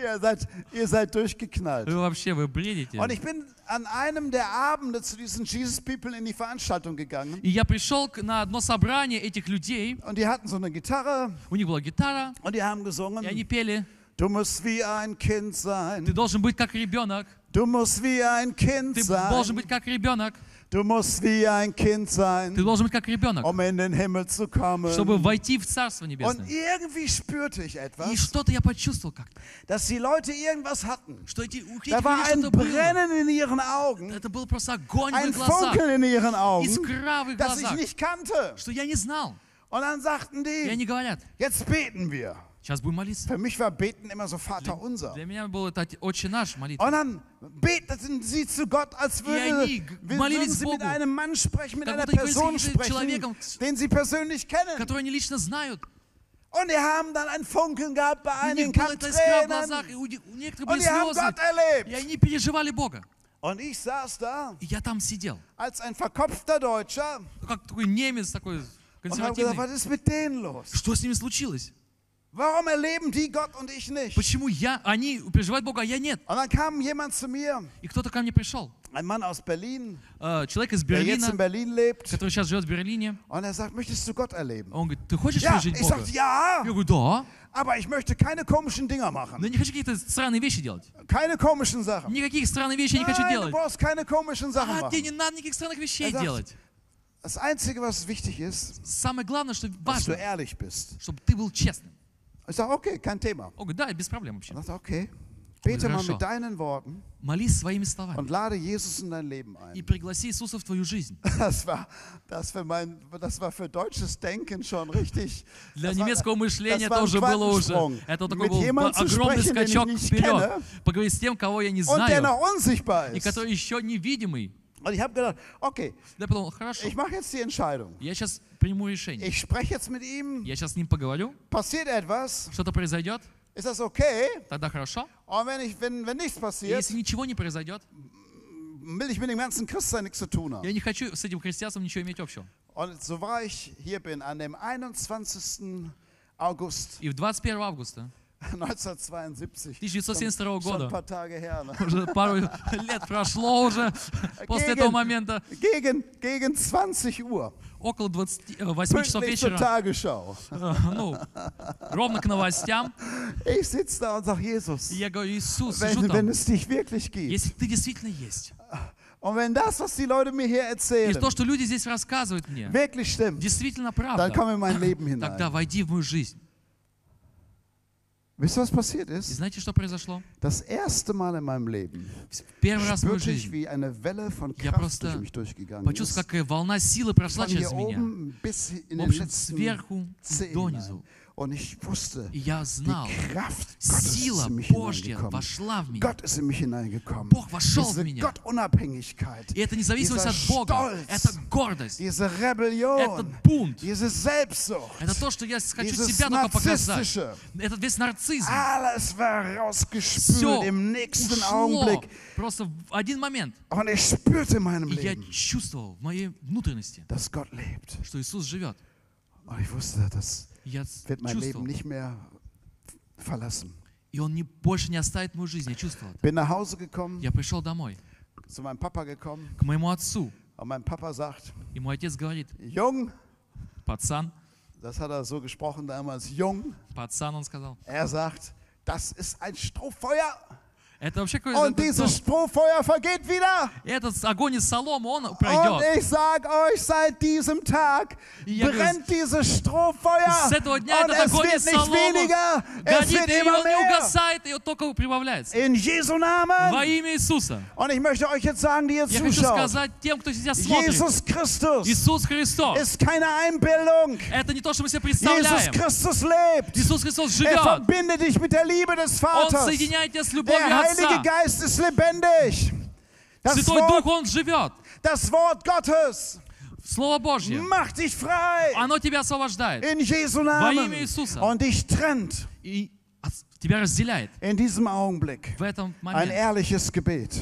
Speaker 2: Ihr seid, ihr seid durchgeknallt.
Speaker 1: вы вообще, вы бредите!»
Speaker 2: Und ich bin an einem der Abende zu diesen Jesus People in die Veranstaltung gegangen.
Speaker 1: И я пришел к- на одно собрание этих людей,
Speaker 2: Und die hatten so eine Gitarre
Speaker 1: у них была гитара,
Speaker 2: und die haben
Speaker 1: и они
Speaker 2: gesungen,
Speaker 1: пели
Speaker 2: du musst wie ein Kind
Speaker 1: «Ты
Speaker 2: sein,
Speaker 1: должен быть как ребенок,
Speaker 2: du musst wie ein Kind
Speaker 1: ты должен
Speaker 2: sein,
Speaker 1: быть как ребенок,
Speaker 2: du musst wie ein Kind
Speaker 1: ты
Speaker 2: sein,
Speaker 1: должен быть как ребенок,
Speaker 2: um in den Himmel zu kommen.
Speaker 1: чтобы войти в Царство
Speaker 2: Und
Speaker 1: Небесное».
Speaker 2: irgendwie spürte ich
Speaker 1: И
Speaker 2: etwas,
Speaker 1: что-то я почувствовал как-то,
Speaker 2: dass die Leute irgendwas hatten.
Speaker 1: что эти, у этих
Speaker 2: Da war
Speaker 1: людей
Speaker 2: ein
Speaker 1: что-то было.
Speaker 2: Brennen in ihren Augen,
Speaker 1: Это был просто огонь в
Speaker 2: ein
Speaker 1: их глазах,
Speaker 2: Funkeln in ihren Augen,
Speaker 1: искра в их
Speaker 2: das ich
Speaker 1: глазах,
Speaker 2: nicht kannte.
Speaker 1: что я не знал.
Speaker 2: Und dann sagten
Speaker 1: И
Speaker 2: die,
Speaker 1: они говорят,
Speaker 2: jetzt beten wir.
Speaker 1: сейчас будем молиться.
Speaker 2: Für mich war Beten immer so Vater unser.
Speaker 1: Для меня был это «Отче наш» молитва.
Speaker 2: Und dann beteten sie zu Gott, als würde,
Speaker 1: они г-
Speaker 2: würden
Speaker 1: молились
Speaker 2: sie mit
Speaker 1: Богу.
Speaker 2: einem Mann sprechen, mit
Speaker 1: Как
Speaker 2: einer
Speaker 1: будто говорили с
Speaker 2: Person
Speaker 1: каким-то
Speaker 2: sprechen,
Speaker 1: человеком,
Speaker 2: den sie persönlich kennen.
Speaker 1: которые они лично знают.
Speaker 2: Und die haben dann ein Funkeln gehabt, bei
Speaker 1: У них
Speaker 2: einigen
Speaker 1: была
Speaker 2: kamen
Speaker 1: эта искра в
Speaker 2: Tränen.
Speaker 1: глазах, и у де- у некоторых
Speaker 2: Und
Speaker 1: были
Speaker 2: die haben
Speaker 1: слезы.
Speaker 2: Gott erlebt.
Speaker 1: И они переживали Бога.
Speaker 2: Und ich saß da
Speaker 1: И я там сидел,
Speaker 2: als ein verkopfter Deutscher
Speaker 1: ну, как такой немец такой
Speaker 2: und habe
Speaker 1: консервативный.
Speaker 2: gesagt, was ist mit denen los?
Speaker 1: Что с ними случилось?
Speaker 2: Warum erleben die Gott und ich nicht? Und
Speaker 1: Почему я, они переживают Бога, а я нет?
Speaker 2: dann kam jemand zu mir,
Speaker 1: И кто-то ко мне пришел.
Speaker 2: ein Mann aus Berlin,
Speaker 1: Э, Человек из
Speaker 2: der jetzt
Speaker 1: Берлина,
Speaker 2: in Berlin lebt,
Speaker 1: который сейчас живет в Берлине.
Speaker 2: und er sagt, möchtest du Gott erleben?
Speaker 1: Он говорит, ты хочешь
Speaker 2: Ja,
Speaker 1: пережить
Speaker 2: Oh, ich
Speaker 1: Бога?
Speaker 2: sagte, ja,
Speaker 1: Я говорю, да.
Speaker 2: aber ich möchte keine komischen Dinger
Speaker 1: Но
Speaker 2: machen.
Speaker 1: я не хочу какие-то странные вещи делать.
Speaker 2: Keine komischen Sachen.
Speaker 1: Никаких странных вещей я не хочу
Speaker 2: Nein, du
Speaker 1: делать.
Speaker 2: brauchst keine komischen Sachen
Speaker 1: А, тебе не
Speaker 2: machen.
Speaker 1: надо никаких странных вещей
Speaker 2: sagt-
Speaker 1: делать.
Speaker 2: Das Einzige, was wichtig ist,
Speaker 1: Самое главное, что
Speaker 2: dass
Speaker 1: важно,
Speaker 2: du ehrlich bist.
Speaker 1: чтобы ты был честным.
Speaker 2: Ich sage, okay, kein Thema.
Speaker 1: Он говорит, да, без проблем вообще.
Speaker 2: Ich sagte, okay, bete mal
Speaker 1: Хорошо.
Speaker 2: mit deinen Worten
Speaker 1: Молись своими словами
Speaker 2: und lade Jesus in dein Leben ein.
Speaker 1: и пригласи Иисуса в твою жизнь.
Speaker 2: Das war, das, für mein, das war für deutsches Denken schon richtig.
Speaker 1: Для
Speaker 2: das war-
Speaker 1: немецкого мышления
Speaker 2: das war ein
Speaker 1: тоже было уже.
Speaker 2: Quantensprung.
Speaker 1: Это вот такой
Speaker 2: Mit
Speaker 1: был
Speaker 2: jemandem zu
Speaker 1: огромный
Speaker 2: sprechen, den ich
Speaker 1: скачок
Speaker 2: nicht
Speaker 1: вперед.
Speaker 2: kenne
Speaker 1: Поговорить с тем, кого я не
Speaker 2: Und der
Speaker 1: знаю,
Speaker 2: noch unsichtbar
Speaker 1: и
Speaker 2: ist.
Speaker 1: который еще невидимый.
Speaker 2: Und ich habe gedacht, okay,
Speaker 1: Я подумал, хорошо,
Speaker 2: ich mache jetzt die Entscheidung.
Speaker 1: я сейчас приму решение.
Speaker 2: Ich spreche jetzt mit ihm,
Speaker 1: Я сейчас с ним поговорю,
Speaker 2: passiert etwas,
Speaker 1: что-то произойдет,
Speaker 2: ist das okay?
Speaker 1: тогда хорошо.
Speaker 2: Und wenn, ich, wenn, wenn nichts
Speaker 1: И
Speaker 2: passiert,
Speaker 1: если ничего не произойдет,
Speaker 2: will ich mit dem ganzen Christsein nichts zu tun haben.
Speaker 1: я не хочу с этим христианством ничего иметь общего.
Speaker 2: Und so war ich hier bin, an dem 21. August
Speaker 1: И в 21 августа
Speaker 2: 1972, schon,
Speaker 1: 1972
Speaker 2: schon ein
Speaker 1: года
Speaker 2: paar Tage her, ne?
Speaker 1: уже пару лет прошло уже после этого момента.
Speaker 2: gegen, gegen 20 Uhr,
Speaker 1: Около 20, э, 8 часов
Speaker 2: pünktlich zur
Speaker 1: вечера,
Speaker 2: Tagesschau.
Speaker 1: э, ну, ровно к новостям,
Speaker 2: Ich sitze da und sage,
Speaker 1: и
Speaker 2: Jesus,
Speaker 1: я говорю, Иисус, сижу
Speaker 2: wenn, wenn
Speaker 1: там,
Speaker 2: es dich wirklich gibt
Speaker 1: если ты действительно есть,
Speaker 2: und wenn das, was die Leute mir hier
Speaker 1: и
Speaker 2: erzählen,
Speaker 1: то, что люди здесь рассказывают мне,
Speaker 2: wirklich stimmt,
Speaker 1: действительно
Speaker 2: dann
Speaker 1: правда,
Speaker 2: komm in mein Leben hinein.
Speaker 1: тогда войди в мою жизнь.
Speaker 2: Wisst ihr, was passiert
Speaker 1: И
Speaker 2: ist?
Speaker 1: знаете, что произошло?
Speaker 2: Das erste Mal in meinem Leben
Speaker 1: В Первый раз в мою
Speaker 2: spürte ich,
Speaker 1: жизнь
Speaker 2: wie eine Welle von
Speaker 1: Я
Speaker 2: Kraft
Speaker 1: просто
Speaker 2: durch mich durchgegangen ist.
Speaker 1: почувствовал, какая волна силы прошла
Speaker 2: Von
Speaker 1: через
Speaker 2: hier
Speaker 1: меня.
Speaker 2: oben bis in
Speaker 1: В
Speaker 2: den
Speaker 1: общем,
Speaker 2: letzten
Speaker 1: сверху
Speaker 2: Zehen
Speaker 1: донизу.
Speaker 2: hinein. Und ich wusste,
Speaker 1: И я знал,
Speaker 2: die Kraft Gottes ist
Speaker 1: сила
Speaker 2: in mich
Speaker 1: Божья
Speaker 2: hineingekommen.
Speaker 1: вошла в меня.
Speaker 2: Gott ist in mich hineingekommen.
Speaker 1: Бог вошел в
Speaker 2: Diese
Speaker 1: меня.
Speaker 2: Gottunabhängigkeit,
Speaker 1: И это независимость
Speaker 2: dieser
Speaker 1: от Бога, это
Speaker 2: Stolz,
Speaker 1: гордость,
Speaker 2: diese
Speaker 1: этот
Speaker 2: Rebellion,
Speaker 1: бунт,
Speaker 2: diese Selbstsucht,
Speaker 1: это то, что я хочу
Speaker 2: dieses
Speaker 1: себя только показать.
Speaker 2: Narzisstische.
Speaker 1: Этот весь нарцизм,
Speaker 2: А, Alles war rausgespült
Speaker 1: все
Speaker 2: im nächsten
Speaker 1: ушло
Speaker 2: Augenblick.
Speaker 1: просто в один момент.
Speaker 2: Und ich spürte in meinem
Speaker 1: И я
Speaker 2: Leben,
Speaker 1: чувствовал в моей внутренности,
Speaker 2: dass Gott lebt.
Speaker 1: что Иисус живет.
Speaker 2: Und ich wusste, das
Speaker 1: Я с-
Speaker 2: wird mein Leben
Speaker 1: чувствовал.
Speaker 2: nicht mehr verlassen.
Speaker 1: И Он не, больше не оставит мою жизнь, я чувствовал это.
Speaker 2: Bin nach Hause gekommen,
Speaker 1: Я пришел домой,
Speaker 2: zu meinem Papa gekommen
Speaker 1: к моему отцу,
Speaker 2: und mein Papa sagt,
Speaker 1: и мой отец говорит,
Speaker 2: Jung,
Speaker 1: пацан,
Speaker 2: das hat er so gesprochen damals, Jung,
Speaker 1: пацан, он сказал,
Speaker 2: er sagt, das ist ein Strohfeuer,
Speaker 1: Это вообще какой-то...
Speaker 3: Und dieses Strohfeuer vergeht wieder.
Speaker 1: Этот огонь из соломы, он
Speaker 3: Und
Speaker 2: э,
Speaker 1: пройдет.
Speaker 3: ich sag euch, seit diesem Tag
Speaker 1: Ja,
Speaker 3: brennt dieses Strohfeuer.
Speaker 1: С этого дня
Speaker 3: Und
Speaker 1: этот
Speaker 3: es
Speaker 1: огонь
Speaker 3: wird
Speaker 1: из
Speaker 3: nicht
Speaker 1: соломы
Speaker 3: weniger,
Speaker 2: э,
Speaker 3: es
Speaker 1: горит,
Speaker 3: wird
Speaker 1: и
Speaker 3: immer
Speaker 1: он не
Speaker 3: mehr.
Speaker 1: угасает, и только прибавляется.
Speaker 3: In Jesu
Speaker 1: Во
Speaker 3: Namen.
Speaker 1: имя Иисуса.
Speaker 3: Und ich möchte euch jetzt sagen, die ihr
Speaker 1: Я хочу
Speaker 3: zuschaut,
Speaker 1: сказать тем, кто сейчас смотрит.
Speaker 3: Jesus Christus
Speaker 1: Иисус Христос.
Speaker 3: ist keine Einbildung.
Speaker 1: Это не то, что мы себе
Speaker 3: Jesus
Speaker 1: представляем.
Speaker 3: Christus lebt.
Speaker 1: Иисус Христос
Speaker 3: Er
Speaker 1: живет.
Speaker 3: verbindet dich mit der Liebe des
Speaker 1: Он
Speaker 3: Vaters.
Speaker 1: соединяет тебя с любовью
Speaker 3: Der Heilige
Speaker 1: Отца.
Speaker 3: Geist ist lebendig. Das
Speaker 1: Святой Дух,
Speaker 3: Wort,
Speaker 1: Он живет.
Speaker 3: das Wort Gottes
Speaker 1: Слово Божье.
Speaker 3: macht dich frei.
Speaker 1: Оно тебя
Speaker 2: Э.
Speaker 1: освобождает.
Speaker 3: In Jesu Namen.
Speaker 1: imя Иисуса.
Speaker 3: Und dich trennt
Speaker 1: И ос- тебя разделяет.
Speaker 3: in diesem Augenblick
Speaker 1: В этом
Speaker 3: ein
Speaker 1: моменте.
Speaker 3: ehrliches Gebet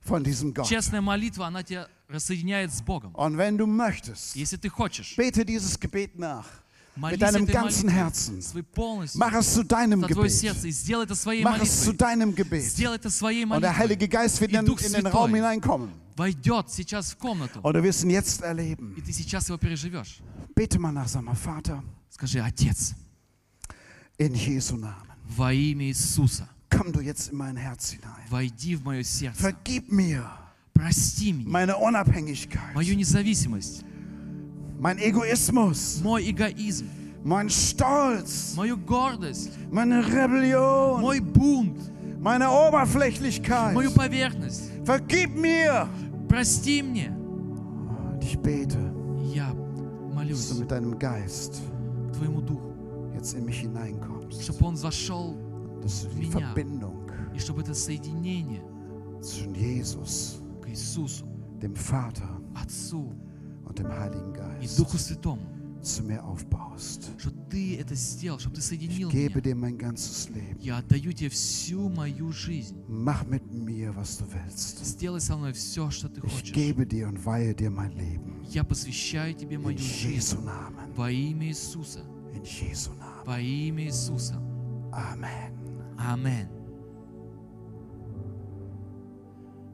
Speaker 3: von diesem Gott.
Speaker 1: Честная молитва, она тебя рассоединяет с Богом.
Speaker 3: Und wenn du möchtest,
Speaker 1: Если ты хочешь,
Speaker 3: bete dieses Gebet nach. Mit
Speaker 1: молись
Speaker 3: deinem
Speaker 1: этой
Speaker 3: ganzen
Speaker 1: молитвой.
Speaker 3: Herzen.
Speaker 1: Своей полностью.
Speaker 3: Mach es zu deinem
Speaker 1: За твое
Speaker 3: Gebet.
Speaker 1: сердце. И сделай это своей
Speaker 3: Mach es zu
Speaker 1: молитвой.
Speaker 3: deinem Gebet.
Speaker 1: Сделай это своей
Speaker 3: Und der
Speaker 1: молитвой.
Speaker 3: Heilige Geist wird
Speaker 1: И
Speaker 3: in,
Speaker 1: Дух
Speaker 3: in den
Speaker 1: Святой.
Speaker 3: Raum hineinkommen.
Speaker 1: Войдет сейчас в комнату.
Speaker 3: Und du wirst ihn jetzt
Speaker 1: И
Speaker 3: erleben.
Speaker 1: ты сейчас его переживешь.
Speaker 3: Bete mal nach, sag mal, Vater,
Speaker 1: Скажи, Отец,
Speaker 3: in Jesu Namen.
Speaker 1: во имя Иисуса,
Speaker 3: Komm du jetzt in mein Herz hinein.
Speaker 1: войди в мое сердце.
Speaker 3: Vergib mir
Speaker 1: Прости меня,
Speaker 3: meine Unabhängigkeit,
Speaker 1: мою независимость,
Speaker 3: mein Egoismus,
Speaker 1: мой эгоизм,
Speaker 3: mein Stolz,
Speaker 1: мою гордость,
Speaker 3: meine Rebellion,
Speaker 1: мой бунт,
Speaker 3: meine Oberflächlichkeit.
Speaker 1: мою поверхность.
Speaker 3: Vergib mir.
Speaker 1: Прости мне.
Speaker 3: Und ich bete,
Speaker 1: Я
Speaker 3: dass
Speaker 1: молюсь
Speaker 3: du mit deinem Geist
Speaker 1: к Твоему Духу,
Speaker 3: jetzt in mich hineinkommst.
Speaker 1: чтобы Он зашел,
Speaker 3: Dass du die
Speaker 1: Меня.
Speaker 3: Verbindung
Speaker 1: и чтобы это соединение
Speaker 3: zwischen Jesus,
Speaker 1: к Иисусу,
Speaker 3: dem Vater
Speaker 1: Отцу
Speaker 3: und dem Heiligen
Speaker 1: и
Speaker 3: Geist
Speaker 1: Духу Святому,
Speaker 3: zu mir aufbaust.
Speaker 1: чтобы Ты это сделал, чтобы Ты
Speaker 3: Ich
Speaker 1: соединил
Speaker 3: gebe
Speaker 1: меня.
Speaker 3: dir mein ganzes Leben.
Speaker 1: Я отдаю Тебе всю мою жизнь.
Speaker 3: Mach mit mir, was du willst.
Speaker 1: Сделай со мной все, что Ты
Speaker 3: Ich
Speaker 1: хочешь.
Speaker 2: Gebe dir und weihe dir mein Leben.
Speaker 1: Я посвящаю Тебе
Speaker 2: In
Speaker 1: мою жизнь.
Speaker 2: Jesu Namen.
Speaker 1: Во имя Иисуса.
Speaker 2: In Jesu Namen.
Speaker 1: Во имя Иисуса.
Speaker 2: Amen.
Speaker 1: Аминь.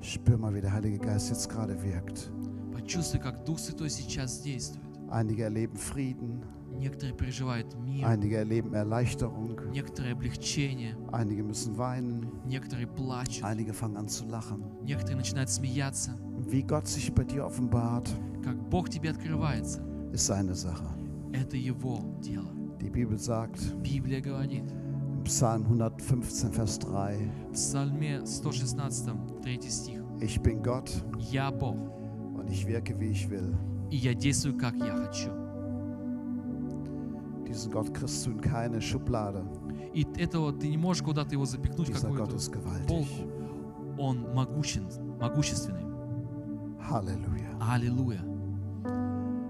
Speaker 2: Spür mal, wie der Heilige Geist jetzt gerade wirkt.
Speaker 1: Почувствуй, как Дух Святой сейчас действует.
Speaker 2: Einige erleben Frieden,
Speaker 1: Некоторые переживают мир,
Speaker 2: einige erleben Erleichterung,
Speaker 1: некоторые облегчение,
Speaker 2: einige müssen weinen,
Speaker 1: некоторые плачут,
Speaker 2: einige fangen an zu lachen.
Speaker 1: некоторые начинают смеяться.
Speaker 2: Wie Gott sich bei dir offenbart,
Speaker 1: Как Бог тебе открывается,
Speaker 2: ist seine Sache.
Speaker 1: это Его дело.
Speaker 2: Die Bibel sagt
Speaker 1: Библия говорит
Speaker 2: im Psalm 115, Vers 3,
Speaker 1: в Псалме 116, 3 стих.
Speaker 2: ich bin Gott
Speaker 1: «Я Бог,
Speaker 2: und ich wirke, wie ich will.
Speaker 1: и я действую, как я хочу».
Speaker 2: Diesen Gott kriegst du in keine Schublade.
Speaker 1: И этого ты не можешь куда-то его запихнуть, в
Speaker 2: Dieser Gott
Speaker 1: какую-то
Speaker 2: ist gewaltig.
Speaker 1: полку. Он могущен, могущественный.
Speaker 2: Halleluja.
Speaker 1: Аллилуйя.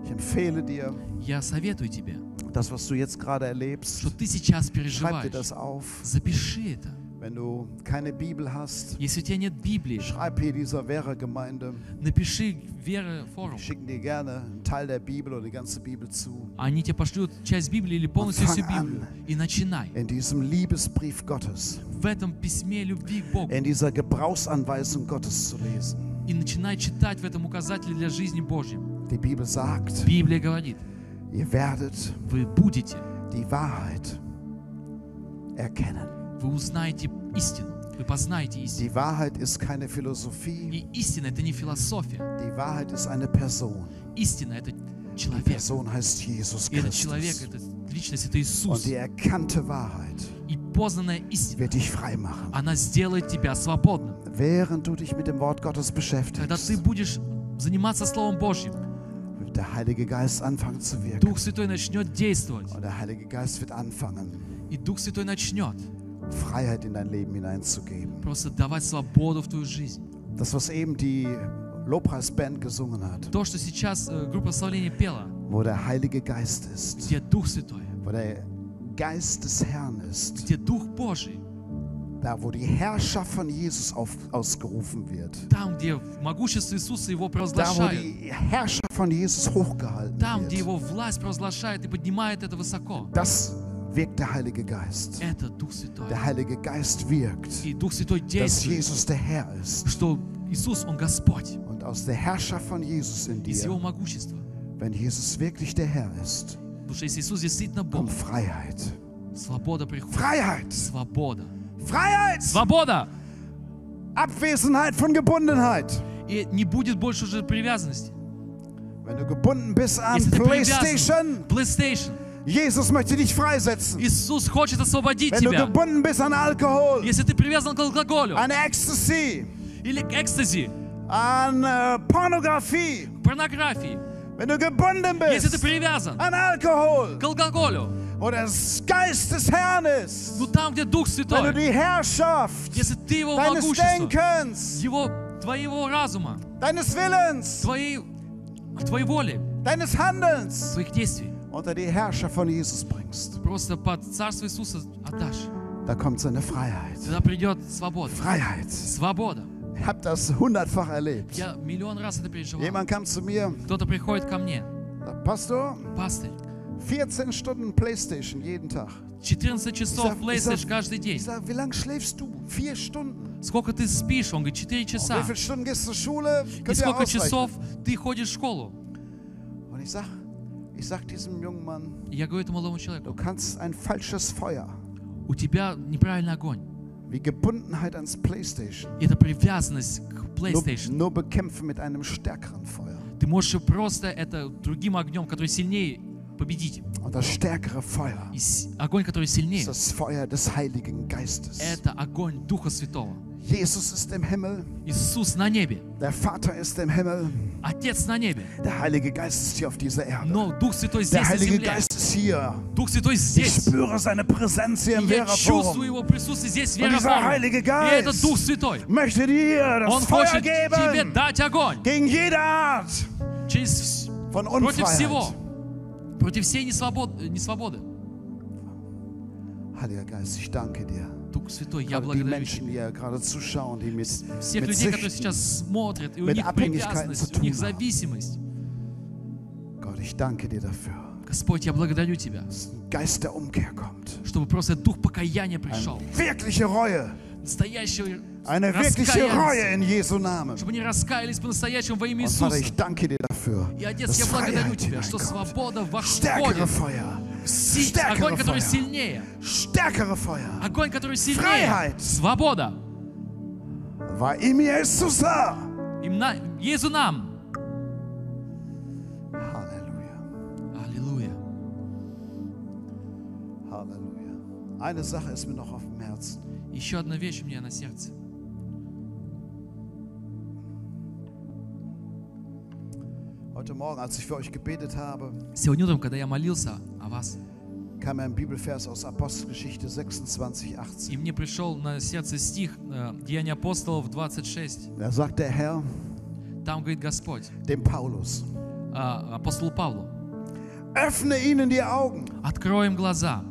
Speaker 2: Ich empfehle dir,
Speaker 1: Я советую тебе,
Speaker 2: das, was du jetzt gerade erlebst,
Speaker 1: что ты сейчас
Speaker 2: schreib dir
Speaker 1: переживаешь.
Speaker 2: das auf.
Speaker 1: Запиши это.
Speaker 2: Wenn du keine Bibel hast,
Speaker 1: Если у тебя нет Библии,
Speaker 2: schreib hier dieser Vera-Gemeinde.
Speaker 1: напиши Вера форум.
Speaker 2: Die schicken dir gerne einen Teil der Bibel oder die ganze Bibel zu.
Speaker 1: Они тебе пошлют часть Библии или полностью всю Библию. И начинай.
Speaker 2: In diesem Liebesbrief Gottes,
Speaker 1: В этом письме любви к Богу.
Speaker 2: in dieser Gebrauchsanweisung Gottes zu lesen.
Speaker 1: И начинай читать в этом указателе для жизни Божьей.
Speaker 2: Die Bibel sagt,
Speaker 1: Библия говорит,
Speaker 2: ihr werdet
Speaker 1: вы будете,
Speaker 2: die Wahrheit erkennen.
Speaker 1: вы узнаете истину. Вы познаете истину.
Speaker 2: Die Wahrheit ist keine Philosophie,
Speaker 1: И истина — это не философия.
Speaker 2: die Wahrheit ist eine Person.
Speaker 1: Истина — это
Speaker 2: Die
Speaker 1: человек.
Speaker 2: Person heißt Jesus
Speaker 1: И этот человек,
Speaker 2: Christus.
Speaker 1: это личность, это
Speaker 2: Und
Speaker 1: Иисус.
Speaker 2: die erkannte Wahrheit
Speaker 1: И познанная истина,
Speaker 2: wird dich frei machen.
Speaker 1: она сделает тебя свободным.
Speaker 2: Während du dich mit dem Wort Gottes
Speaker 1: Когда ты
Speaker 2: beschäftigst,
Speaker 1: будешь заниматься Словом Божьим,
Speaker 2: wird der Heilige Geist anfangen zu wirken.
Speaker 1: Дух Святой начнет действовать.
Speaker 2: Und der Heilige Geist wird anfangen,
Speaker 1: И Дух Святой начнет
Speaker 2: Freiheit in dein Leben hineinzugeben.
Speaker 1: просто давать свободу в твою жизнь.
Speaker 2: Das, was eben die Lobpreisband gesungen hat,
Speaker 1: То, что сейчас э, группа славления пела,
Speaker 2: wo der Heilige Geist ist,
Speaker 1: где Дух Святой,
Speaker 2: wo der Geist des Herrn ist,
Speaker 1: где Дух Божий,
Speaker 2: da wo die Herrschaft von Jesus auf, ausgerufen wird,
Speaker 1: там, где могущество Иисуса Его
Speaker 2: da wo
Speaker 1: провозглашают,
Speaker 2: die Herrschaft von Jesus hochgehalten
Speaker 1: там, где
Speaker 2: wird,
Speaker 1: Его власть провозглашает и поднимает это высоко,
Speaker 2: das wirkt der Heilige Geist.
Speaker 1: это Дух Святой.
Speaker 2: Der Heilige Geist wirkt,
Speaker 1: И Дух Святой
Speaker 2: dass
Speaker 1: действует,
Speaker 2: Jesus der Herr ist.
Speaker 1: что Иисус, Он Господь
Speaker 2: Und aus der Herrschaft von Jesus in
Speaker 1: из Его
Speaker 2: dir,
Speaker 1: могущества.
Speaker 2: wenn Jesus wirklich der Herr ist,
Speaker 1: Потому что если Иисус действительно Бог,
Speaker 2: kommt Freiheit.
Speaker 1: свобода приходит.
Speaker 2: Freiheit!
Speaker 1: Свобода.
Speaker 2: Freiheit!
Speaker 1: Свобода!
Speaker 2: Abwesenheit von Gebundenheit.
Speaker 1: И не будет больше уже привязанности.
Speaker 2: Wenn du gebunden bist an
Speaker 1: Если ты
Speaker 2: PlayStation,
Speaker 1: привязан, PlayStation,
Speaker 2: Jesus möchte dich freisetzen.
Speaker 1: Иисус хочет освободить
Speaker 2: Wenn du
Speaker 1: тебя.
Speaker 2: gebunden bist an Alkohol,
Speaker 1: Если ты привязан к алкоголю
Speaker 2: an Ecstasy,
Speaker 1: или к экстази,
Speaker 2: an äh, Pornografie,
Speaker 1: порнографии,
Speaker 2: wenn du gebunden
Speaker 1: если ты
Speaker 2: bist
Speaker 1: привязан
Speaker 2: an Alkohol,
Speaker 1: к алкоголю,
Speaker 2: wo der Geist des Herrn ist,
Speaker 1: ну там, где Дух
Speaker 2: wenn du
Speaker 1: Святой,
Speaker 2: die Herrschaft
Speaker 1: если ты его
Speaker 2: deines
Speaker 1: могущество,
Speaker 2: Denkens,
Speaker 1: его, твоего разума,
Speaker 2: deines Willens,
Speaker 1: твоей, твоей воли,
Speaker 2: deines Handelns
Speaker 1: своих действий,
Speaker 2: unter die Herrschaft von Jesus bringst,
Speaker 1: просто под Царство Иисуса отдашь,
Speaker 2: da kommt seine Freiheit.
Speaker 1: тогда придет свобода.
Speaker 2: Freiheit.
Speaker 1: Свобода.
Speaker 2: Ich habe das hundertfach erlebt.
Speaker 1: Я миллион раз это переживал.
Speaker 2: Jemand kam zu mir,
Speaker 1: Кто-то приходит ко мне,
Speaker 2: sagt, Pastor,
Speaker 1: пастырь,
Speaker 2: 14 Stunden Playstation jeden Tag.
Speaker 1: 14 часов
Speaker 2: Ich sag-
Speaker 1: PlayStation каждый
Speaker 2: Ich
Speaker 1: день.
Speaker 2: sage, wie lange schläfst du? Vier Stunden.
Speaker 1: Сколько ты спишь? Он говорит, 4
Speaker 2: Und wie
Speaker 1: часа.
Speaker 2: viele Stunden gehst du zur Schule?
Speaker 1: И
Speaker 2: Könnt ihr
Speaker 1: сколько часов
Speaker 2: ausrechnen.
Speaker 1: ты ходишь в школу?
Speaker 2: Und ich sag, ich sag diesem jungen Mann,
Speaker 1: И я говорю этому молодому
Speaker 2: du
Speaker 1: человеку,
Speaker 2: kannst ein falsches Feuer
Speaker 1: у тебя неправильный огонь.
Speaker 2: wie Gebundenheit ans Playstation
Speaker 1: И это привязанность к
Speaker 2: nur,
Speaker 1: PlayStation.
Speaker 2: nur bekämpfen mit einem stärkeren Feuer.
Speaker 1: Ты можешь просто это другим огнем, который сильнее, победить.
Speaker 2: Und das stärkere Feuer
Speaker 1: И с- огонь, который сильнее,
Speaker 2: ist das Feuer des Heiligen Geistes.
Speaker 1: это огонь Духа Святого.
Speaker 2: Jesus ist im Himmel,
Speaker 1: Иисус на небе,
Speaker 2: der Vater ist im Himmel,
Speaker 1: Отец на небе,
Speaker 2: der Heilige Geist ist hier auf dieser Erde.
Speaker 1: но Дух Святой здесь
Speaker 2: Der
Speaker 1: на
Speaker 2: Heilige
Speaker 1: земле.
Speaker 2: Geist ist hier.
Speaker 1: Дух Святой
Speaker 2: Ich
Speaker 1: здесь.
Speaker 2: spüre seine Präsenz hier im
Speaker 1: Я
Speaker 2: Vera
Speaker 1: чувствую Его
Speaker 2: Forum.
Speaker 1: присутствие здесь, Вера
Speaker 2: dieser Heilige
Speaker 1: И это
Speaker 2: Geist.
Speaker 1: Дух Святой.
Speaker 2: Möchte dir
Speaker 1: Он
Speaker 2: das Feuer
Speaker 1: хочет тебе
Speaker 2: geben
Speaker 1: дать огонь
Speaker 2: gegen jede Art
Speaker 1: через вс-
Speaker 2: von
Speaker 1: против всего,
Speaker 2: Unfreiheit.
Speaker 1: против всей несвобод- э, несвободы.
Speaker 2: Heiliger Geist, ich danke dir.
Speaker 1: Дух Святой, я
Speaker 2: Gerade die
Speaker 1: благодарю
Speaker 2: Menschen,
Speaker 1: тебя.
Speaker 2: die ja gerade zuschauen, die mit,
Speaker 1: Всех
Speaker 2: mit
Speaker 1: людей, которые
Speaker 2: Süchten.
Speaker 1: сейчас смотрят, и у
Speaker 2: mit
Speaker 1: них
Speaker 2: Abhängigkeiten zu
Speaker 1: привязанность,
Speaker 2: tun
Speaker 1: у них
Speaker 2: haben.
Speaker 1: зависимость.
Speaker 2: Gott, ich danke dir dafür,
Speaker 1: Господь, я благодарю Тебя,
Speaker 2: dass ein Geist der Umkehr kommt.
Speaker 1: чтобы просто Дух покаяния пришел.
Speaker 2: Wirkliche Reue.
Speaker 1: Настоящего
Speaker 2: Eine wirkliche Reue
Speaker 1: раскаяния.
Speaker 2: in Jesu Namen.
Speaker 1: Чтобы они раскаялись по-настоящему во имя
Speaker 2: Und Vater,
Speaker 1: Иисуса.
Speaker 2: ich danke dir dafür,
Speaker 1: И, Отец,
Speaker 2: dass
Speaker 1: я благодарю
Speaker 2: Freiheit
Speaker 1: Тебя, что
Speaker 2: hineinkommt.
Speaker 1: свобода
Speaker 2: Stärkere
Speaker 1: входит.
Speaker 2: Feuer.
Speaker 1: Си- Огонь,
Speaker 2: Stärkere
Speaker 1: который
Speaker 2: Feuer.
Speaker 1: сильнее.
Speaker 2: Stärkere Feuer.
Speaker 1: Огонь, который сильнее.
Speaker 2: Freiheit.
Speaker 1: Свобода.
Speaker 2: War ihm Jesus. Halleluja.
Speaker 1: Им на... Езу нам. Аллилуйя.
Speaker 2: Halleluja. Eine Sache ist mir noch auf dem Herzen.
Speaker 1: Еще одна вещь у меня на сердце.
Speaker 2: Heute Morgen, als ich für euch gebetet habe,
Speaker 1: Сегодня утром, когда я молился о вас,
Speaker 2: kam mir ein Bibelvers aus Apostelgeschichte 26, 18.
Speaker 1: и мне пришел на сердце стих э, Деяния апостолов 26.
Speaker 2: Da sagt der Herr
Speaker 1: Там говорит Господь,
Speaker 2: dem Paulus,
Speaker 1: э, апостолу Павлу,
Speaker 2: öffne ihnen die Augen.
Speaker 1: откроем глаза.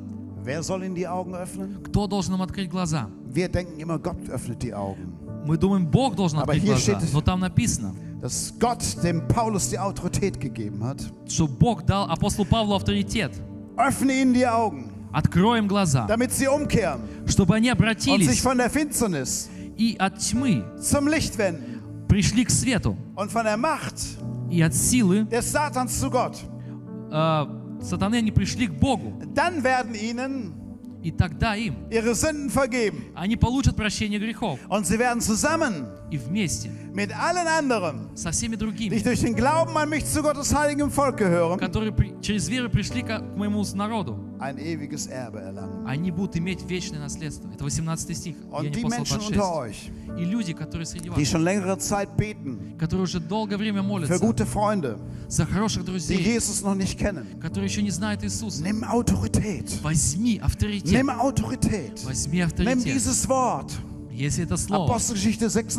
Speaker 2: Wer soll ihnen die Augen öffnen?
Speaker 1: Кто должен нам открыть глаза?
Speaker 2: Wir denken immer, Gott öffnet die Augen.
Speaker 1: Мы думаем, Бог должен
Speaker 2: Aber
Speaker 1: открыть
Speaker 2: hier
Speaker 1: глаза.
Speaker 2: steht-
Speaker 1: Но там написано,
Speaker 2: dass Gott dem Paulus die Autorität gegeben hat.
Speaker 1: что Бог дал апостолу Павлу авторитет.
Speaker 2: Öffne ihnen die Augen,
Speaker 1: Откроем глаза,
Speaker 2: damit sie umkehren
Speaker 1: чтобы они
Speaker 2: und sich
Speaker 1: обратились
Speaker 2: von der Finsternis
Speaker 1: и от тьмы
Speaker 2: zum Licht wenden
Speaker 1: пришли к свету,
Speaker 2: und von der Macht
Speaker 1: и от силы
Speaker 2: des Satans zu Gott.
Speaker 1: э, сатаны они пришли к Богу.
Speaker 2: Dann werden ihnen
Speaker 1: И тогда им
Speaker 2: ihre Sünden vergeben
Speaker 1: они получат прощение грехов.
Speaker 2: und sie werden zusammen
Speaker 1: И вместе
Speaker 2: mit allen anderen,
Speaker 1: со всеми
Speaker 2: die
Speaker 1: другими,
Speaker 2: durch den Glauben an mich zu Gottes heiligem Volk gehören,
Speaker 1: которые при- через веру пришли ко- к моему народу,
Speaker 2: ein ewiges Erbe erlangen.
Speaker 1: они будут иметь вечное наследство. Это 18 стих.
Speaker 2: Und die
Speaker 1: Деяния апостола
Speaker 2: Menschen
Speaker 1: 26.
Speaker 2: unter euch,
Speaker 1: И люди, которые среди
Speaker 2: die
Speaker 1: вас,
Speaker 2: schon längere Zeit beten
Speaker 1: которые уже долгое время
Speaker 2: für
Speaker 1: молятся
Speaker 2: gute Freunde,
Speaker 1: за хороших
Speaker 2: die
Speaker 1: друзей,
Speaker 2: Jesus noch nicht kennen,
Speaker 1: которые еще не знают Иисуса,
Speaker 2: nimm Autorität.
Speaker 1: возьми авторитет.
Speaker 2: Nimm Autorität.
Speaker 1: Возьми
Speaker 2: Nimm
Speaker 1: авторитет.
Speaker 2: dieses Wort.
Speaker 1: Если это слово
Speaker 2: Apostelgeschichte 26,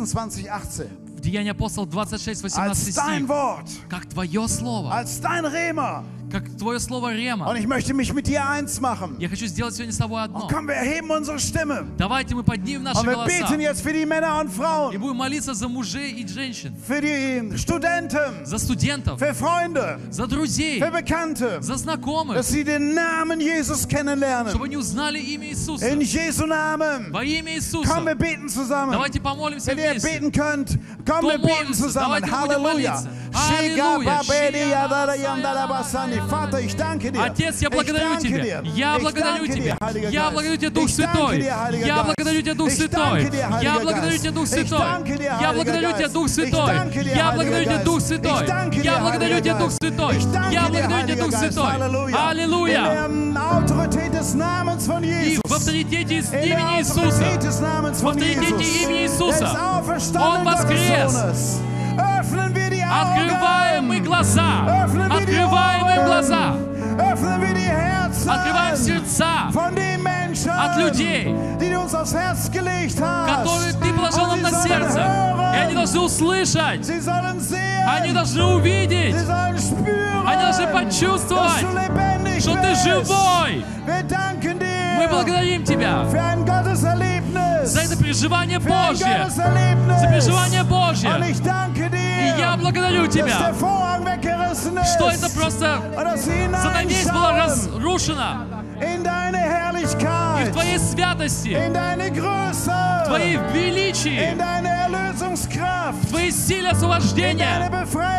Speaker 2: 18.
Speaker 1: в Деянии апостол 26, 18
Speaker 2: Als dein
Speaker 1: стих,
Speaker 2: Wort,
Speaker 1: как твое слово,
Speaker 2: als dein Rema.
Speaker 1: как твое слово
Speaker 2: Und
Speaker 1: Рема.
Speaker 2: ich möchte mich mit dir eins machen.
Speaker 1: Я хочу сделать сегодня с тобой одно.
Speaker 2: Und komm, wir erheben unsere Stimme.
Speaker 1: Давайте мы поднимем наши
Speaker 2: Und wir beten
Speaker 1: голоса
Speaker 2: jetzt für die Männer und
Speaker 1: и
Speaker 2: Frauen,
Speaker 1: будем молиться за мужей и женщин,
Speaker 2: für die Studenten,
Speaker 1: за студентов,
Speaker 2: für Freunde,
Speaker 1: за друзей,
Speaker 2: für Bekannte,
Speaker 1: за знакомых,
Speaker 2: dass sie den Namen Jesus kennenlernen.
Speaker 1: чтобы они узнали имя Иисуса.
Speaker 2: In Jesu Namen.
Speaker 1: Во имя
Speaker 2: Komm, wir
Speaker 1: Иисуса.
Speaker 2: beten zusammen.
Speaker 1: Давайте помолимся
Speaker 2: Wenn ihr
Speaker 1: вместе.
Speaker 2: beten könnt, komm, wir beten zusammen. Halleluja.
Speaker 1: Аллилуйя.
Speaker 2: Shigababediadadayandalabasani. Vater, ich danke dir.
Speaker 1: Отец, я
Speaker 2: Ich
Speaker 1: благодарю
Speaker 2: danke
Speaker 1: Тебя.
Speaker 2: dir.
Speaker 1: Я
Speaker 2: Ich
Speaker 1: благодарю
Speaker 2: danke
Speaker 1: Тебя.
Speaker 2: dir, Heiliger
Speaker 1: Я
Speaker 2: Geist.
Speaker 1: благодарю Тебя, Дух
Speaker 2: Ich danke
Speaker 1: Святой.
Speaker 2: dir, Heiliger
Speaker 1: Я
Speaker 2: Geist.
Speaker 1: благодарю Тебя, Дух
Speaker 2: Ich
Speaker 1: Святой.
Speaker 2: danke dir,
Speaker 1: Я
Speaker 2: Heiliger
Speaker 1: благодарю Тебя,
Speaker 2: Geist.
Speaker 1: Дух
Speaker 2: Ich
Speaker 1: Святой.
Speaker 2: danke dir,
Speaker 1: Я
Speaker 2: Heiliger
Speaker 1: благодарю Тебя,
Speaker 2: Geist.
Speaker 1: Дух
Speaker 2: Ich
Speaker 1: Святой.
Speaker 2: danke dir,
Speaker 1: Я
Speaker 2: Heiliger
Speaker 1: благодарю Тебя,
Speaker 2: Geist.
Speaker 1: Дух
Speaker 2: Ich
Speaker 1: Святой.
Speaker 2: danke dir,
Speaker 1: Я благодарю Тебя,
Speaker 2: Heiliger
Speaker 1: Дух
Speaker 2: Geist.
Speaker 1: Святой.
Speaker 2: Ich danke
Speaker 1: Я
Speaker 2: dir,
Speaker 1: благодарю Тебя,
Speaker 2: Heiliger
Speaker 1: Дух
Speaker 2: Geist.
Speaker 1: Святой.
Speaker 2: Halleluja.
Speaker 1: Аллилуйя.
Speaker 2: In der Autorität des Namens von
Speaker 1: И
Speaker 2: Jesus.
Speaker 1: в авторитете с
Speaker 2: In der
Speaker 1: имени Иисуса.
Speaker 2: Autorität des Namens
Speaker 1: В
Speaker 2: von
Speaker 1: авторитете
Speaker 2: Jesus.
Speaker 1: имени Иисуса.
Speaker 2: Des
Speaker 1: Он
Speaker 2: auferstandenen
Speaker 1: воскрес.
Speaker 2: Gottessohnes. Öffnen wir die
Speaker 1: Открываем мы
Speaker 2: Augen.
Speaker 1: глаза.
Speaker 2: Öffnen wir die
Speaker 1: Открываем мы
Speaker 2: Ohren.
Speaker 1: глаза.
Speaker 2: Öffnen wir die Herzen.
Speaker 1: Открываем сердца,
Speaker 2: Von den Menschen,
Speaker 1: От людей.
Speaker 2: die du uns aufs Herz gelegt hast.
Speaker 1: которые Ты положил
Speaker 2: Und
Speaker 1: нам
Speaker 2: sie
Speaker 1: на
Speaker 2: sollen
Speaker 1: сердце. И они
Speaker 2: Hören.
Speaker 1: должны услышать.
Speaker 2: Sie sollen sehen.
Speaker 1: Они должны увидеть.
Speaker 2: Sie sollen spüren.
Speaker 1: Они должны
Speaker 2: dass
Speaker 1: почувствовать,
Speaker 2: du lebendig
Speaker 1: что Ты
Speaker 2: bist.
Speaker 1: живой.
Speaker 2: Wir danken dir.
Speaker 1: Мы благодарим Тебя
Speaker 2: für ein Gotteserlebnis.
Speaker 1: за это переживание
Speaker 2: für ein
Speaker 1: Божье.
Speaker 2: Gotteserlebnis.
Speaker 1: За переживание Божье.
Speaker 2: Und ich danke
Speaker 1: И
Speaker 2: dir,
Speaker 1: я благодарю
Speaker 2: dass der
Speaker 1: Тебя,
Speaker 2: Vorhang weggerissen ist.
Speaker 1: что это просто
Speaker 2: und dass sie
Speaker 1: занавес
Speaker 2: hineinschauen
Speaker 1: была разрушена
Speaker 2: in
Speaker 1: и
Speaker 2: deine Herrlichkeit,
Speaker 1: в Твоей святости,
Speaker 2: in deine Größe,
Speaker 1: в Твоей
Speaker 2: in
Speaker 1: величии,
Speaker 2: deine Erlösungskraft,
Speaker 1: в Твоей силе
Speaker 2: in deine
Speaker 1: освобождения, в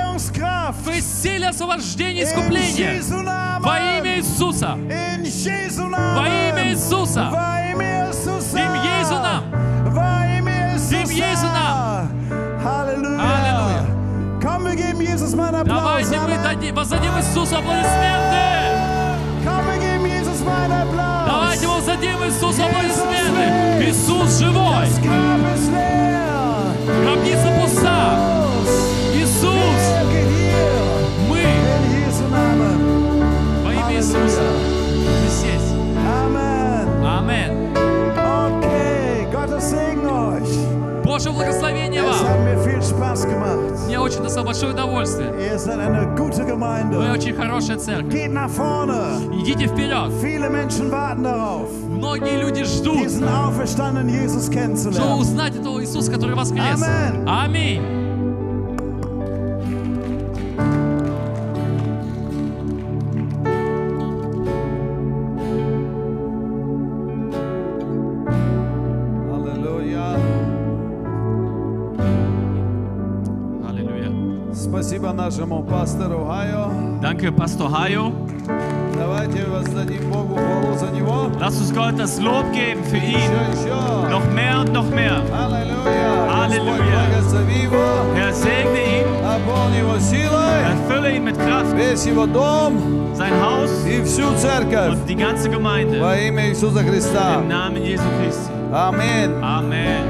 Speaker 2: Befreiungskraft.
Speaker 1: Твоей силе освобождения и
Speaker 2: In
Speaker 1: искупления.
Speaker 2: Jesu Namen.
Speaker 1: Во имя Иисуса!
Speaker 2: In Jesu
Speaker 1: Во
Speaker 2: Namen.
Speaker 1: имя Иисуса!
Speaker 2: Во имя Иисуса.
Speaker 1: Im Jesu Namen.
Speaker 2: Во имя Иисуса.
Speaker 1: Im Jesu
Speaker 2: Halleluja.
Speaker 1: Halleluja.
Speaker 2: Komm, wir geben Jesus mal einen Applaus.
Speaker 1: Давайте мы
Speaker 2: Amen.
Speaker 1: дадим- воздадим Иисусу аплодисменты!
Speaker 2: Komm, wir geben Jesus mal einen Applaus.
Speaker 1: Давайте воздадим Иисусу аплодисменты! Иисус живой!
Speaker 2: Das Grab ist leer.
Speaker 1: Гробница пуста!
Speaker 2: Jesus,
Speaker 1: Иисус!
Speaker 2: wirke hier.
Speaker 1: Мы
Speaker 2: In Jesu Namen.
Speaker 1: во имя Иисуса!
Speaker 2: Halleluja.
Speaker 1: Присесть!
Speaker 2: Amen.
Speaker 1: Аминь!
Speaker 2: Okay, Gottes Segen euch.
Speaker 1: Божье благословение
Speaker 2: Es
Speaker 1: вам!
Speaker 2: hat mir viel Spaß gemacht.
Speaker 1: Мне очень доставило большое удовольствие.
Speaker 2: Ihr seid eine gute
Speaker 1: Вы
Speaker 2: Gemeinde.
Speaker 1: очень хорошая церковь.
Speaker 2: Geht nach vorne.
Speaker 1: Идите вперед.
Speaker 2: Viele Menschen warten darauf,
Speaker 1: Многие люди ждут,
Speaker 2: diesen auferstandenen Jesus
Speaker 1: чтобы
Speaker 2: kennenzulernen.
Speaker 1: узнать этого Иисуса, который воскрес.
Speaker 2: Amen.
Speaker 1: Аминь.
Speaker 3: Аллилуйя.
Speaker 1: Аллилуйя.
Speaker 3: Спасибо нашему пастору Гайо.
Speaker 4: Danke, Pastor Hayo.
Speaker 3: Давайте воздадим Богу хвалу за него.
Speaker 4: Lass uns Gott das Lob geben für
Speaker 3: Еще,
Speaker 4: ihn.
Speaker 3: еще.
Speaker 4: Noch mehr und noch mehr.
Speaker 3: Аллилуйя.
Speaker 4: Аллилуйя.
Speaker 3: Господь, благослови его.
Speaker 4: Herr, segne ihn,
Speaker 3: Наполни его силой.
Speaker 4: erfülle ihn mit Kraft,
Speaker 3: Весь его дом
Speaker 4: sein Haus
Speaker 3: и всю церковь.
Speaker 4: und die ganze Gemeinde.
Speaker 3: Во имя Иисуса Христа.
Speaker 4: Im Namen Jesu Christi.
Speaker 3: Аминь.
Speaker 4: Amen.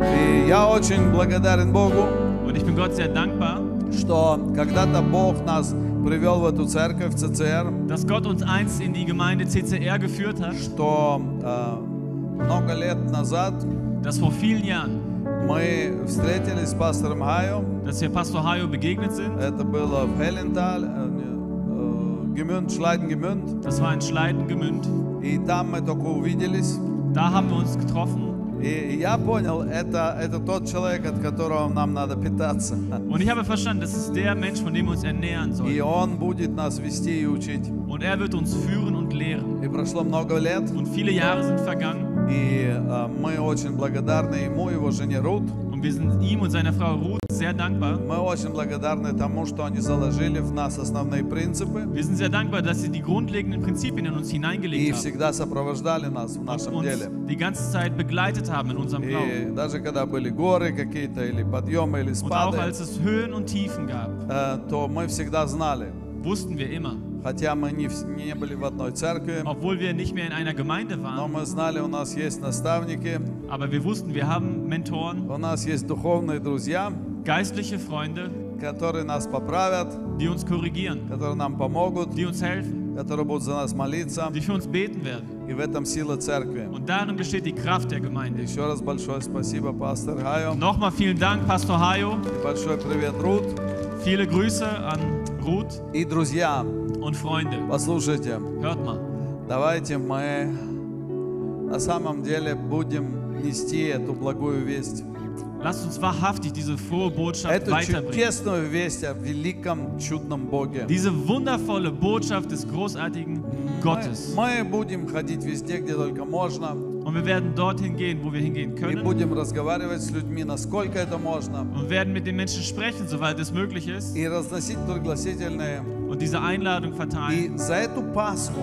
Speaker 3: И я очень благодарен Богу,
Speaker 4: Und ich bin Gott sehr dankbar,
Speaker 3: что когда-то Бог нас привел в эту церковь, в ЦЦР,
Speaker 4: dass Gott uns einst in die Gemeinde CCR geführt hat,
Speaker 3: что э, много лет назад
Speaker 4: dass vor vielen Jahren,
Speaker 3: мы встретились с пастором Гайо.
Speaker 4: dass wir Pastor Hayo begegnet sind.
Speaker 3: Это было в Хеленталь, э, не, э, Гемюнд, Шладен-Гемюнд.
Speaker 4: Das war in Schleiden gemünd.
Speaker 3: И там мы только увиделись.
Speaker 4: Da haben wir uns getroffen.
Speaker 3: И, и я понял, это, это тот человек, от которого нам надо питаться.
Speaker 4: Und ich habe verstanden, das ist der Mensch, von dem wir uns ernähren
Speaker 3: И
Speaker 4: sollen.
Speaker 3: он будет нас вести и учить.
Speaker 4: Und er wird uns führen und lehren.
Speaker 3: И прошло много лет,
Speaker 4: Und viele Jahre sind vergangen.
Speaker 3: и э, мы очень благодарны ему, его жене Рут.
Speaker 4: Und wir sind ihm und seiner Frau Ruth sehr dankbar.
Speaker 3: Мы очень благодарны тому, что они заложили в нас основные принципы
Speaker 4: Wir sind sehr dankbar, dass sie die grundlegenden Prinzipien in uns
Speaker 3: и
Speaker 4: hineingelegt haben
Speaker 3: всегда сопровождали нас в
Speaker 4: und
Speaker 3: нашем
Speaker 4: uns
Speaker 3: деле.
Speaker 4: die ganze Zeit begleitet haben in unserem
Speaker 3: И
Speaker 4: Glauben.
Speaker 3: даже когда были горы какие-то, или подъемы, или
Speaker 4: Und auch
Speaker 3: спады,
Speaker 4: als es Höhen und Tiefen gab,
Speaker 3: э, то мы всегда знали,
Speaker 4: wussten wir immer,
Speaker 3: хотя мы не, вс- не были в одной церкви,
Speaker 4: obwohl wir nicht mehr in einer Gemeinde
Speaker 3: но
Speaker 4: waren,
Speaker 3: мы знали, у нас есть наставники,
Speaker 4: aber wir wussten, wir haben Mentoren,
Speaker 3: у нас есть духовные друзья,
Speaker 4: geistliche Freunde,
Speaker 3: которые нас поправят,
Speaker 4: die uns korrigieren,
Speaker 3: которые нам помогут,
Speaker 4: die uns helfen,
Speaker 3: которые будут за нас молиться.
Speaker 4: die für uns beten werden.
Speaker 3: И в этом сила церкви.
Speaker 4: Und darin besteht die Kraft der Gemeinde.
Speaker 3: Еще раз большое спасибо, пастор Гайо.
Speaker 4: Nochmal vielen Dank, Pastor Hayo.
Speaker 3: Большой привет, Рут.
Speaker 4: Viele Grüße an Ruth
Speaker 3: И, друзья,
Speaker 4: und Freunde.
Speaker 3: послушайте,
Speaker 4: Hört mal.
Speaker 3: давайте мы на самом деле будем нести эту благую весть.
Speaker 4: Lasst uns wahrhaftig diese frohe Botschaft
Speaker 2: эту
Speaker 4: weiterbringen.
Speaker 2: чудесную весть о великом чудном Боге.
Speaker 4: Diese wundervolle Botschaft des großartigen
Speaker 2: Мы,
Speaker 4: Gottes.
Speaker 2: мы будем ходить везде, где только можно,
Speaker 4: Und wir werden dorthin gehen, wo wir hingehen
Speaker 2: и
Speaker 4: können.
Speaker 2: будем разговаривать с людьми, насколько это можно,
Speaker 4: Und werden mit den Menschen sprechen, soweit es möglich ist.
Speaker 2: и разносить пригласительные.
Speaker 4: Und diese Einladung verteilen.
Speaker 2: И за эту Пасху,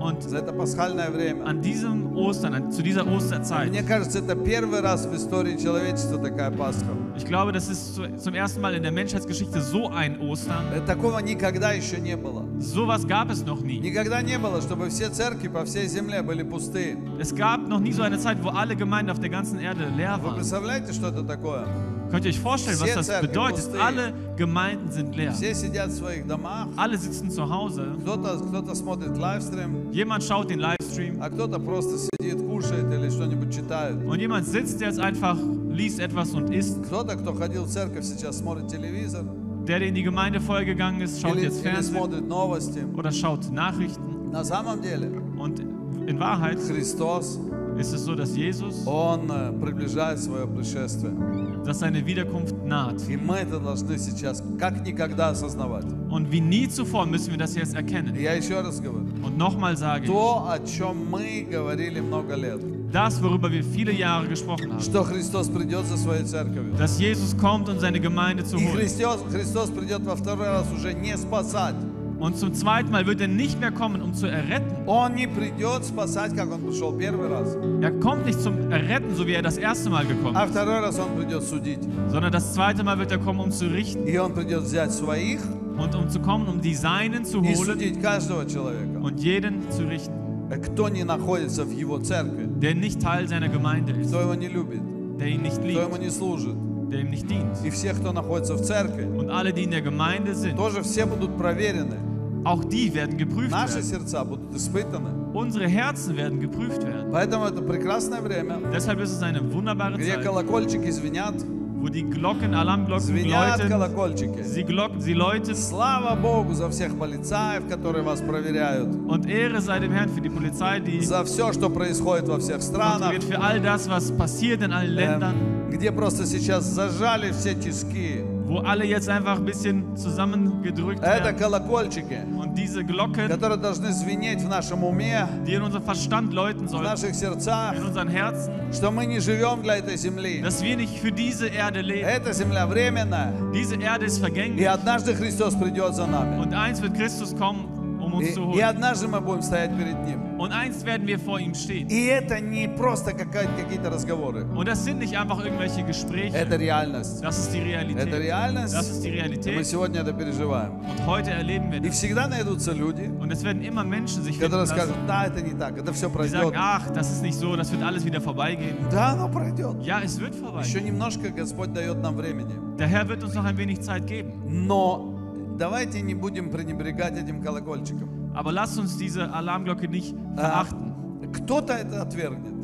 Speaker 4: Und
Speaker 2: за это пасхальное время,
Speaker 4: an diesem Ostern, an, zu dieser
Speaker 2: мне
Speaker 4: Osterzeit,
Speaker 2: кажется, это первый раз в истории человечества такая Пасха.
Speaker 4: ich glaube, das ist zu, zum ersten Mal in der Menschheitsgeschichte so ein Ostern.
Speaker 2: Э, Такого никогда еще не было.
Speaker 4: Sowas gab es noch nie.
Speaker 2: Никогда не было, чтобы все церкви по всей земле были пустые.
Speaker 4: Es gab noch nie so eine Zeit, wo alle Gemeinden auf der ganzen Erde leer
Speaker 2: Вы
Speaker 4: waren.
Speaker 2: представляете, что это такое?
Speaker 4: Könnt ihr euch vorstellen, was
Speaker 2: Sehr
Speaker 4: das
Speaker 2: zärtlich,
Speaker 4: bedeutet?
Speaker 2: lustig.
Speaker 4: Alle Gemeinden sind leer.
Speaker 2: Все сидят в своих домах,
Speaker 4: Alle sitzen zu Hause.
Speaker 2: кто-то кто смотрит лайвстрим,
Speaker 4: Jemand schaut den Livestream
Speaker 2: а кто-то просто сидит, кушает или что-нибудь читает.
Speaker 4: und jemand sitzt jetzt einfach, liest etwas und isst.
Speaker 2: Кто-то, кто ходил в церковь, сейчас смотрит телевизор
Speaker 4: Der, der in die Gemeinde vorher gegangen ist, schaut
Speaker 2: или,
Speaker 4: jetzt
Speaker 2: или
Speaker 4: Fernsehen
Speaker 2: смотрит новости.
Speaker 4: oder schaut Nachrichten.
Speaker 2: На самом деле
Speaker 4: Und in Wahrheit
Speaker 2: Христос,
Speaker 4: ist es so, dass Jesus,
Speaker 2: Он э, приближает свое пришествие.
Speaker 4: dass seine Wiederkunft naht.
Speaker 2: И мы это должны сейчас как никогда осознавать.
Speaker 4: Und wie nie zuvor müssen wir das jetzt
Speaker 2: И
Speaker 4: erkennen.
Speaker 2: я еще раз говорю,
Speaker 4: Und nochmal sage ich,
Speaker 2: то, о чем мы говорили много лет,
Speaker 4: das, worüber wir viele Jahre gesprochen haben,
Speaker 2: что Христос придет за своей церковью.
Speaker 4: dass Jesus kommt, um seine Gemeinde zu
Speaker 2: И
Speaker 4: holen.
Speaker 2: Христос, Христос придет во второй раз уже не спасать.
Speaker 4: Und zum zweiten Mal wird er nicht mehr kommen, um zu erretten.
Speaker 2: Он не придет спасать, как он пришел первый раз,
Speaker 4: Er kommt nicht zum Erretten, so wie er das erste Mal gekommen
Speaker 2: а
Speaker 4: ist,
Speaker 2: второй раз он придет судить.
Speaker 4: sondern das zweite Mal wird er kommen, um zu richten
Speaker 2: И он придет взять своих
Speaker 4: und um zu kommen, um die Seinen zu
Speaker 2: и
Speaker 4: holen
Speaker 2: судить каждого человека, Э,
Speaker 4: und jeden zu richten,
Speaker 2: кто не находится в его церкви,
Speaker 4: der nicht Teil seiner Gemeinde ist,
Speaker 2: кто его не любит,
Speaker 4: der ihn nicht
Speaker 2: кто ему
Speaker 4: liebt,
Speaker 2: не служит.
Speaker 4: der ihm nicht dient.
Speaker 2: И все, кто находится в церкви,
Speaker 4: Und alle, die in der Gemeinde sind,
Speaker 2: тоже все будут проверены.
Speaker 4: auch die werden geprüft
Speaker 2: Наши
Speaker 4: werden.
Speaker 2: сердца будут испытаны.
Speaker 4: Unsere Herzen werden geprüft werden.
Speaker 2: Поэтому это прекрасное время,
Speaker 4: Deshalb ist es eine wunderbare
Speaker 2: где
Speaker 4: Zeit,
Speaker 2: колокольчики звенят,
Speaker 4: wo die Glocken, Alarmglocken
Speaker 2: звенят
Speaker 4: läuten,
Speaker 2: колокольчики.
Speaker 4: sie glocken, sie läuten
Speaker 2: Слава Богу за всех полицаев, которые вас проверяют,
Speaker 4: und Ehre sei dem Herrn für die Polizei, die
Speaker 2: за все, что происходит во всех странах,
Speaker 4: kontrolliert, für all das, was passiert in
Speaker 2: Ähm.
Speaker 4: allen Ländern.
Speaker 2: эм, где просто сейчас зажали все тиски.
Speaker 4: wo alle jetzt einfach ein bisschen zusammengedrückt
Speaker 2: Это
Speaker 4: werden.
Speaker 2: колокольчики,
Speaker 4: Und diese Glocken,
Speaker 2: которые должны звенеть в нашем уме,
Speaker 4: die in unserem Verstand läuten
Speaker 2: в
Speaker 4: sollen,
Speaker 2: наших сердцах,
Speaker 4: in unseren Herzen,
Speaker 2: что мы не живем для этой земли.
Speaker 4: dass wir nicht für diese Erde leben.
Speaker 2: Эта земля временная,
Speaker 4: Diese Erde ist
Speaker 2: и
Speaker 4: vergänglich.
Speaker 2: однажды Христос придет за нами.
Speaker 4: Und eins wird Christus kommen, um uns zu
Speaker 2: И, и
Speaker 4: holen.
Speaker 2: однажды мы будем стоять перед Ним.
Speaker 4: Und eins werden wir vor ihm stehen.
Speaker 2: И это не просто какая- какие-то разговоры.
Speaker 4: Und das sind nicht einfach irgendwelche
Speaker 2: Это
Speaker 4: Gespräche.
Speaker 2: реальность.
Speaker 4: Das ist die
Speaker 2: Это
Speaker 4: Realität. Das ist
Speaker 2: реальность.
Speaker 4: die
Speaker 2: И мы
Speaker 4: Realität.
Speaker 2: сегодня это переживаем.
Speaker 4: Und heute erleben wir
Speaker 2: И
Speaker 4: das.
Speaker 2: всегда найдутся люди,
Speaker 4: Und es werden immer Menschen sich finden
Speaker 2: которые
Speaker 4: lassen,
Speaker 2: скажут, да, это не так, это все
Speaker 4: die
Speaker 2: пройдет.
Speaker 4: sagen, ach, das ist nicht so, das wird alles wieder vorbeigehen.
Speaker 2: Да, оно пройдет.
Speaker 4: Ja, es wird vorbeigehen.
Speaker 2: Еще немножко Господь дает нам времени.
Speaker 4: Der Herr wird uns noch ein wenig Zeit geben.
Speaker 2: Но давайте не будем пренебрегать этим колокольчиком.
Speaker 4: Aber lasst uns diese Alarmglocke nicht
Speaker 2: А,
Speaker 4: verachten.
Speaker 2: Кто-то это отвергнет.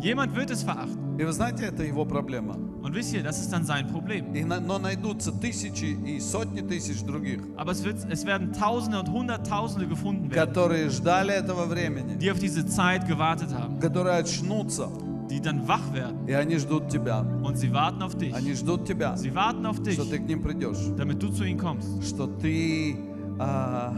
Speaker 4: Jemand wird es verachten.
Speaker 2: И вы знаете, это его проблема.
Speaker 4: Und wisst ihr, das ist dann sein Problem.
Speaker 2: И на- но найдутся тысячи и сотни тысяч других,
Speaker 4: Aber es, wird, es werden Tausende und Hunderttausende gefunden werden,
Speaker 2: которые ждали этого времени,
Speaker 4: die auf diese Zeit gewartet haben,
Speaker 2: которые очнутся,
Speaker 4: die dann wach werden
Speaker 2: и они ждут тебя.
Speaker 4: und sie warten auf dich.
Speaker 2: Они ждут тебя,
Speaker 4: Sie warten auf dich,
Speaker 2: что ты к ним придешь,
Speaker 4: damit du zu ihnen kommst,
Speaker 2: что ты а,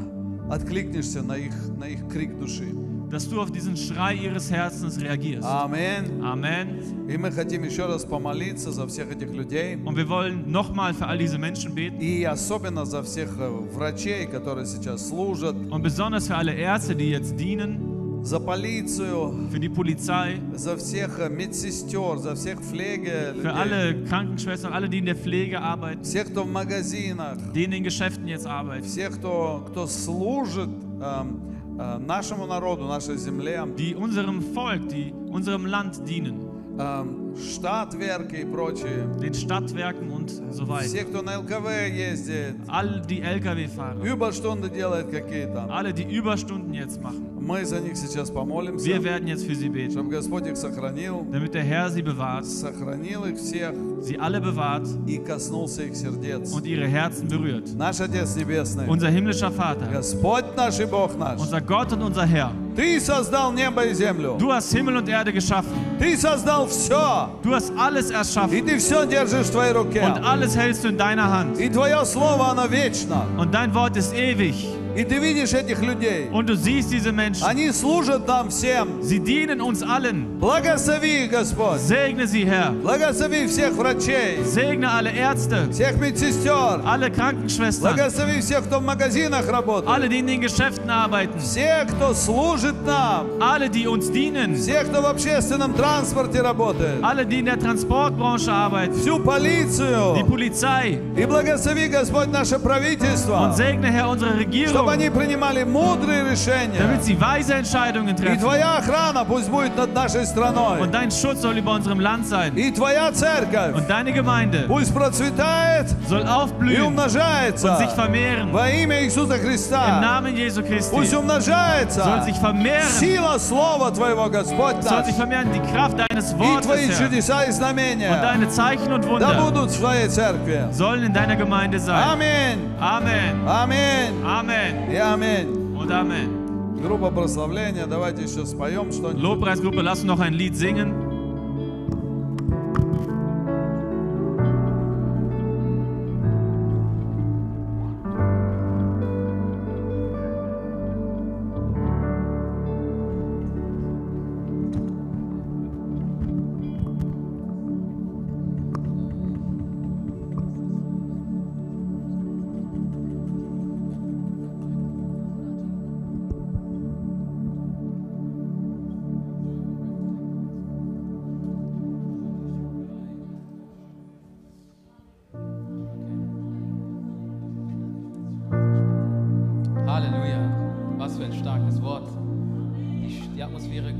Speaker 2: откликнешься на их, на их крик души.
Speaker 4: dass du auf diesen Schrei ihres Herzens reagierst.
Speaker 2: Ah. Аминь.
Speaker 4: Amen.
Speaker 2: И мы хотим еще раз помолиться за всех этих людей.
Speaker 4: Und wir wollen nochmal für all diese Menschen beten
Speaker 2: И особенно за всех э, врачей, которые сейчас служат,
Speaker 4: und besonders für alle Ärzte, die jetzt dienen,
Speaker 2: за полицию,
Speaker 4: für die Polizei,
Speaker 2: за всех э, медсестер, за всех флеге
Speaker 4: für
Speaker 2: людей,
Speaker 4: alle Krankenschwestern, alle, die in der Pflege arbeiten.
Speaker 2: всех, кто в магазинах,
Speaker 4: die in den Geschäften jetzt arbeiten,
Speaker 2: всех, кто, кто служит эм, э, нашему народу, нашей земле,
Speaker 4: die unserem Volk, die unserem Land dienen,
Speaker 2: эм, штатверки и прочие,
Speaker 4: den Stadtwerken und so
Speaker 2: все,
Speaker 4: weiter.
Speaker 2: кто на ЛКВ ездит,
Speaker 4: All die Lkw-Fahrer,
Speaker 2: Überstunden делает какие-то.
Speaker 4: alle, die Überstunden jetzt machen.
Speaker 2: Мы за них сейчас
Speaker 4: Wir
Speaker 2: помолимся,
Speaker 4: werden jetzt für sie beten,
Speaker 2: чтобы Господь их сохранил,
Speaker 4: damit der Herr sie bewahrt,
Speaker 2: сохранил их всех
Speaker 4: sie alle bewahrt
Speaker 2: и коснулся их сердец.
Speaker 4: und ihre Herzen berührt.
Speaker 2: Наш Отец Небесный,
Speaker 4: Unser himmlischer Vater,
Speaker 2: Господь наш и Бог наш,
Speaker 4: unser Gott und unser Herr,
Speaker 2: Ты создал небо и землю.
Speaker 4: Du hast Himmel und Erde geschaffen.
Speaker 2: Ты создал все.
Speaker 4: Du hast alles
Speaker 2: И
Speaker 4: erschaffen
Speaker 2: ты все держишь в твоей
Speaker 4: und
Speaker 2: руке.
Speaker 4: alles hältst du in deiner Hand.
Speaker 2: И твое слово, оно вечно.
Speaker 4: Und dein Wort ist ewig.
Speaker 2: И ты видишь этих людей.
Speaker 4: Und du siehst diese Menschen.
Speaker 2: Они служат нам всем.
Speaker 4: Sie dienen uns allen.
Speaker 2: Благослови их, Господь.
Speaker 4: Segne sie, Herr.
Speaker 2: Благослови всех врачей,
Speaker 4: Segne alle Ärzte,
Speaker 2: всех медсестер.
Speaker 4: alle Krankenschwestern,
Speaker 2: Благослови всех, кто в магазинах работает.
Speaker 4: alle, die in den Geschäften arbeiten,
Speaker 2: Все, кто служит нам.
Speaker 4: alle, die uns dienen,
Speaker 2: Все, кто в общественном транспорте работает.
Speaker 4: alle, die in der Transportbranche arbeiten,
Speaker 2: Всю
Speaker 4: die
Speaker 2: полицию.
Speaker 4: Polizei.
Speaker 2: И благослови, Господь, наше
Speaker 4: Und
Speaker 2: правительство,
Speaker 4: segne, Herr, unsere
Speaker 2: чтобы
Speaker 4: Regierung,
Speaker 2: они принимали мудрые
Speaker 4: damit
Speaker 2: решения.
Speaker 4: sie weise Entscheidungen
Speaker 2: И
Speaker 4: treffen.
Speaker 2: Твоя охрана пусть будет над нашей
Speaker 4: Und
Speaker 2: страной.
Speaker 4: dein Schutz soll über unserem Land sein.
Speaker 2: И Твоя церковь
Speaker 4: Und deine Gemeinde
Speaker 2: пусть процветает
Speaker 4: soll
Speaker 2: и
Speaker 4: aufblühen und sich
Speaker 2: умножается.
Speaker 4: vermehren.
Speaker 2: Во имя Иисуса
Speaker 4: Im
Speaker 2: Христа.
Speaker 4: Namen Jesu
Speaker 2: Пусть
Speaker 4: Christi soll
Speaker 2: умножается
Speaker 4: sich vermehren.
Speaker 2: сила Слова Твоего, Господь
Speaker 4: Soll
Speaker 2: наш,
Speaker 4: sich vermehren die Kraft deines
Speaker 2: и
Speaker 4: Wortes,
Speaker 2: Твои
Speaker 4: Herr. Und
Speaker 2: чудеса и знамения,
Speaker 4: deine Zeichen und
Speaker 2: да
Speaker 4: Wunder
Speaker 2: будут в Твоей церкви.
Speaker 4: sollen in deiner Gemeinde sein.
Speaker 2: Аминь,
Speaker 4: Amen.
Speaker 2: аминь
Speaker 4: Amen.
Speaker 2: и аминь.
Speaker 4: Und Amen.
Speaker 2: Группа прославления, давайте еще споем что-нибудь.
Speaker 4: Lobpreisgruppe, lass uns noch ein Lied singen.
Speaker 5: Halleluja. Was für ein starkes Wort. Die, die Atmosphäre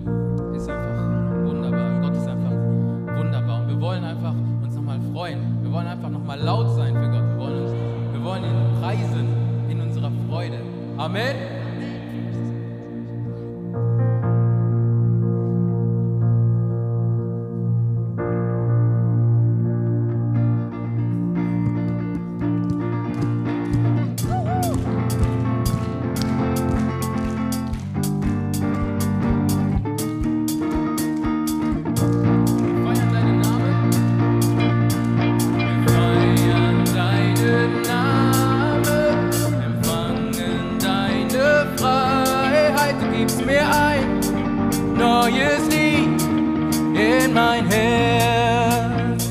Speaker 5: ist einfach wunderbar. Gott ist einfach wunderbar. Und wir wollen einfach uns nochmal freuen. Wir wollen einfach nochmal laut sein für Gott. Wir wollen, uns, wir wollen ihn preisen in unserer Freude. Amen. Wir feiern deinen Namen. Wir feiern deinen Namen. Empfangen deine Freiheit. Du gibst mir ein neues Lied in mein Herz.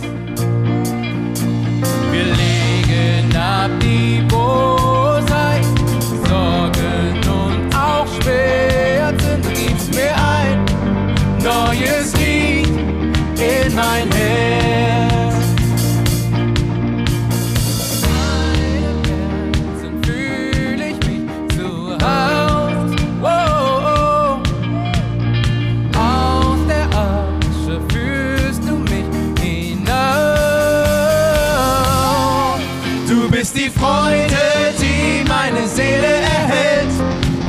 Speaker 5: Wir legen ab die Bosheit, Sorgen und auch Schmerzen. Du gibst mir ein neues Lied in mein Herz. Herzen fühl ich mich zu Haus. Oh, oh, oh. Aus der Asche fühlst du mich hinauf. Du bist die Freude, die meine Seele erhält.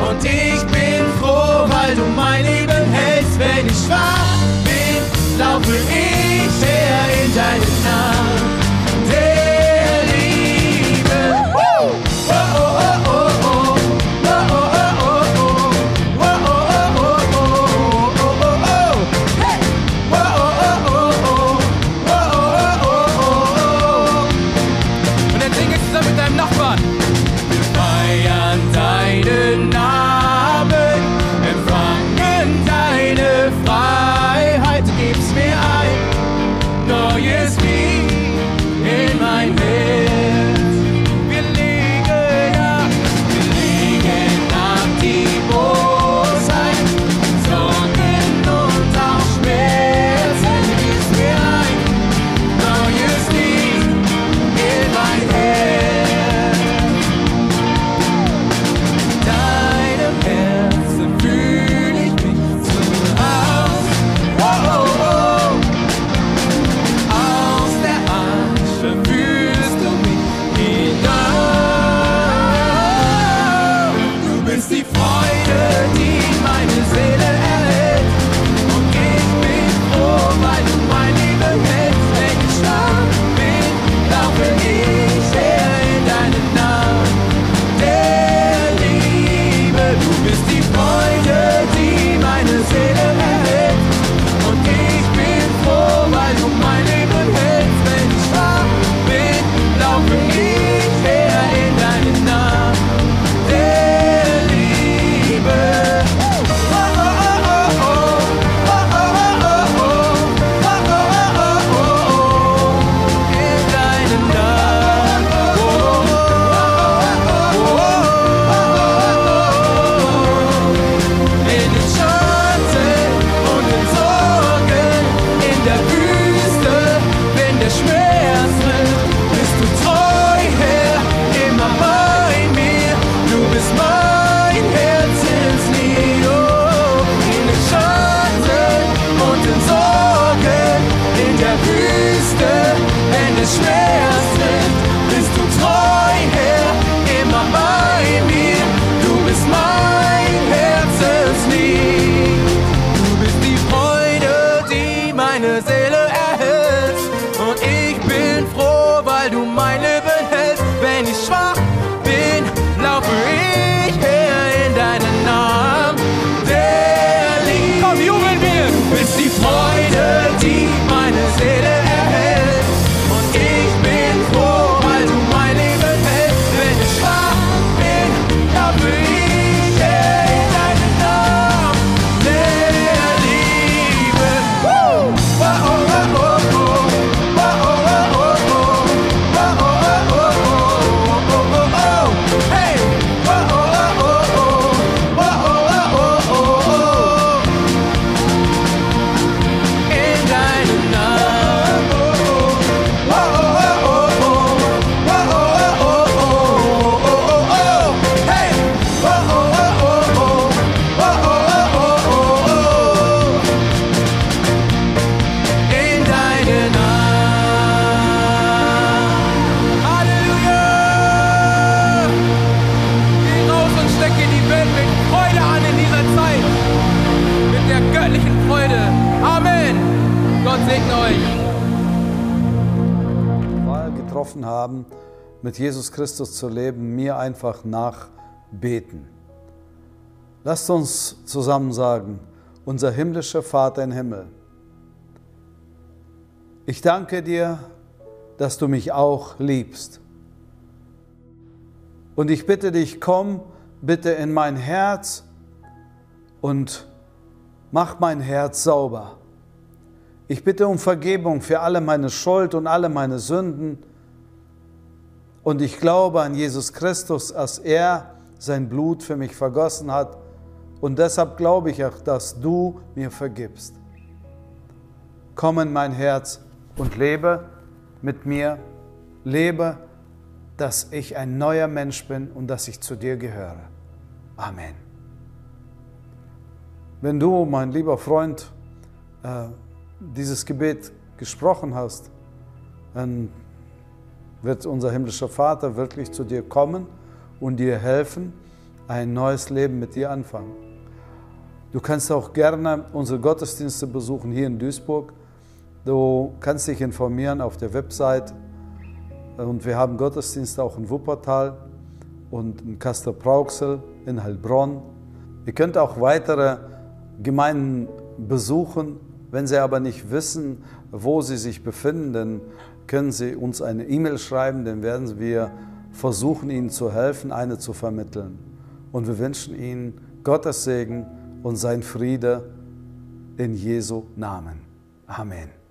Speaker 5: Und ich bin froh, weil du mein Leben hältst. Wenn ich schwach bin, laufe ich her in deinen Namen. Der Liebe. Oh, oh, oh, oh, oh. Oh, oh, oh, oh, oh. Whoa, oh, oh, oh, oh, oh, oh, oh. Hey! Whoa, oh, oh, oh, oh. Whoa, oh, oh, oh, oh. Und dann sing jetzt zusammen mit deinem Nachbarn. Wir feiern deinen Namen, empfangen deine Freiheit. Du gibst mir ein neues Lied segnen euch.
Speaker 2: Wahl getroffen haben, mit Jesus Christus zu leben, mir einfach nachbeten. Lasst uns zusammen sagen, unser himmlischer Vater im Himmel, ich danke dir, dass du mich auch liebst. Und ich bitte dich, komm bitte in mein Herz und mach mein Herz sauber. Ich bitte um Vergebung für alle meine Schuld und alle meine Sünden. Und ich glaube an Jesus Christus, als er sein Blut für mich vergossen hat. Und deshalb glaube ich auch, dass du mir vergibst. Komm in mein Herz und lebe mit mir. Lebe, dass ich ein neuer Mensch bin und dass ich zu dir gehöre. Amen. Wenn du, mein lieber Freund, dieses Gebet gesprochen hast, dann wird unser himmlischer Vater wirklich zu dir kommen und dir helfen, ein neues Leben mit dir anfangen. Du kannst auch gerne unsere Gottesdienste besuchen hier in Duisburg. Du kannst dich informieren auf der Website. Und wir haben Gottesdienste auch in Wuppertal und in Kastor-Brauxel, in Heilbronn. Ihr könnt auch weitere Gemeinden besuchen. Wenn Sie aber nicht wissen, wo Sie sich befinden, dann können Sie uns eine E-Mail schreiben, dann werden wir versuchen, Ihnen zu helfen, eine zu vermitteln. Und wir wünschen Ihnen Gottes Segen und sein Friede in Jesu Namen. Amen.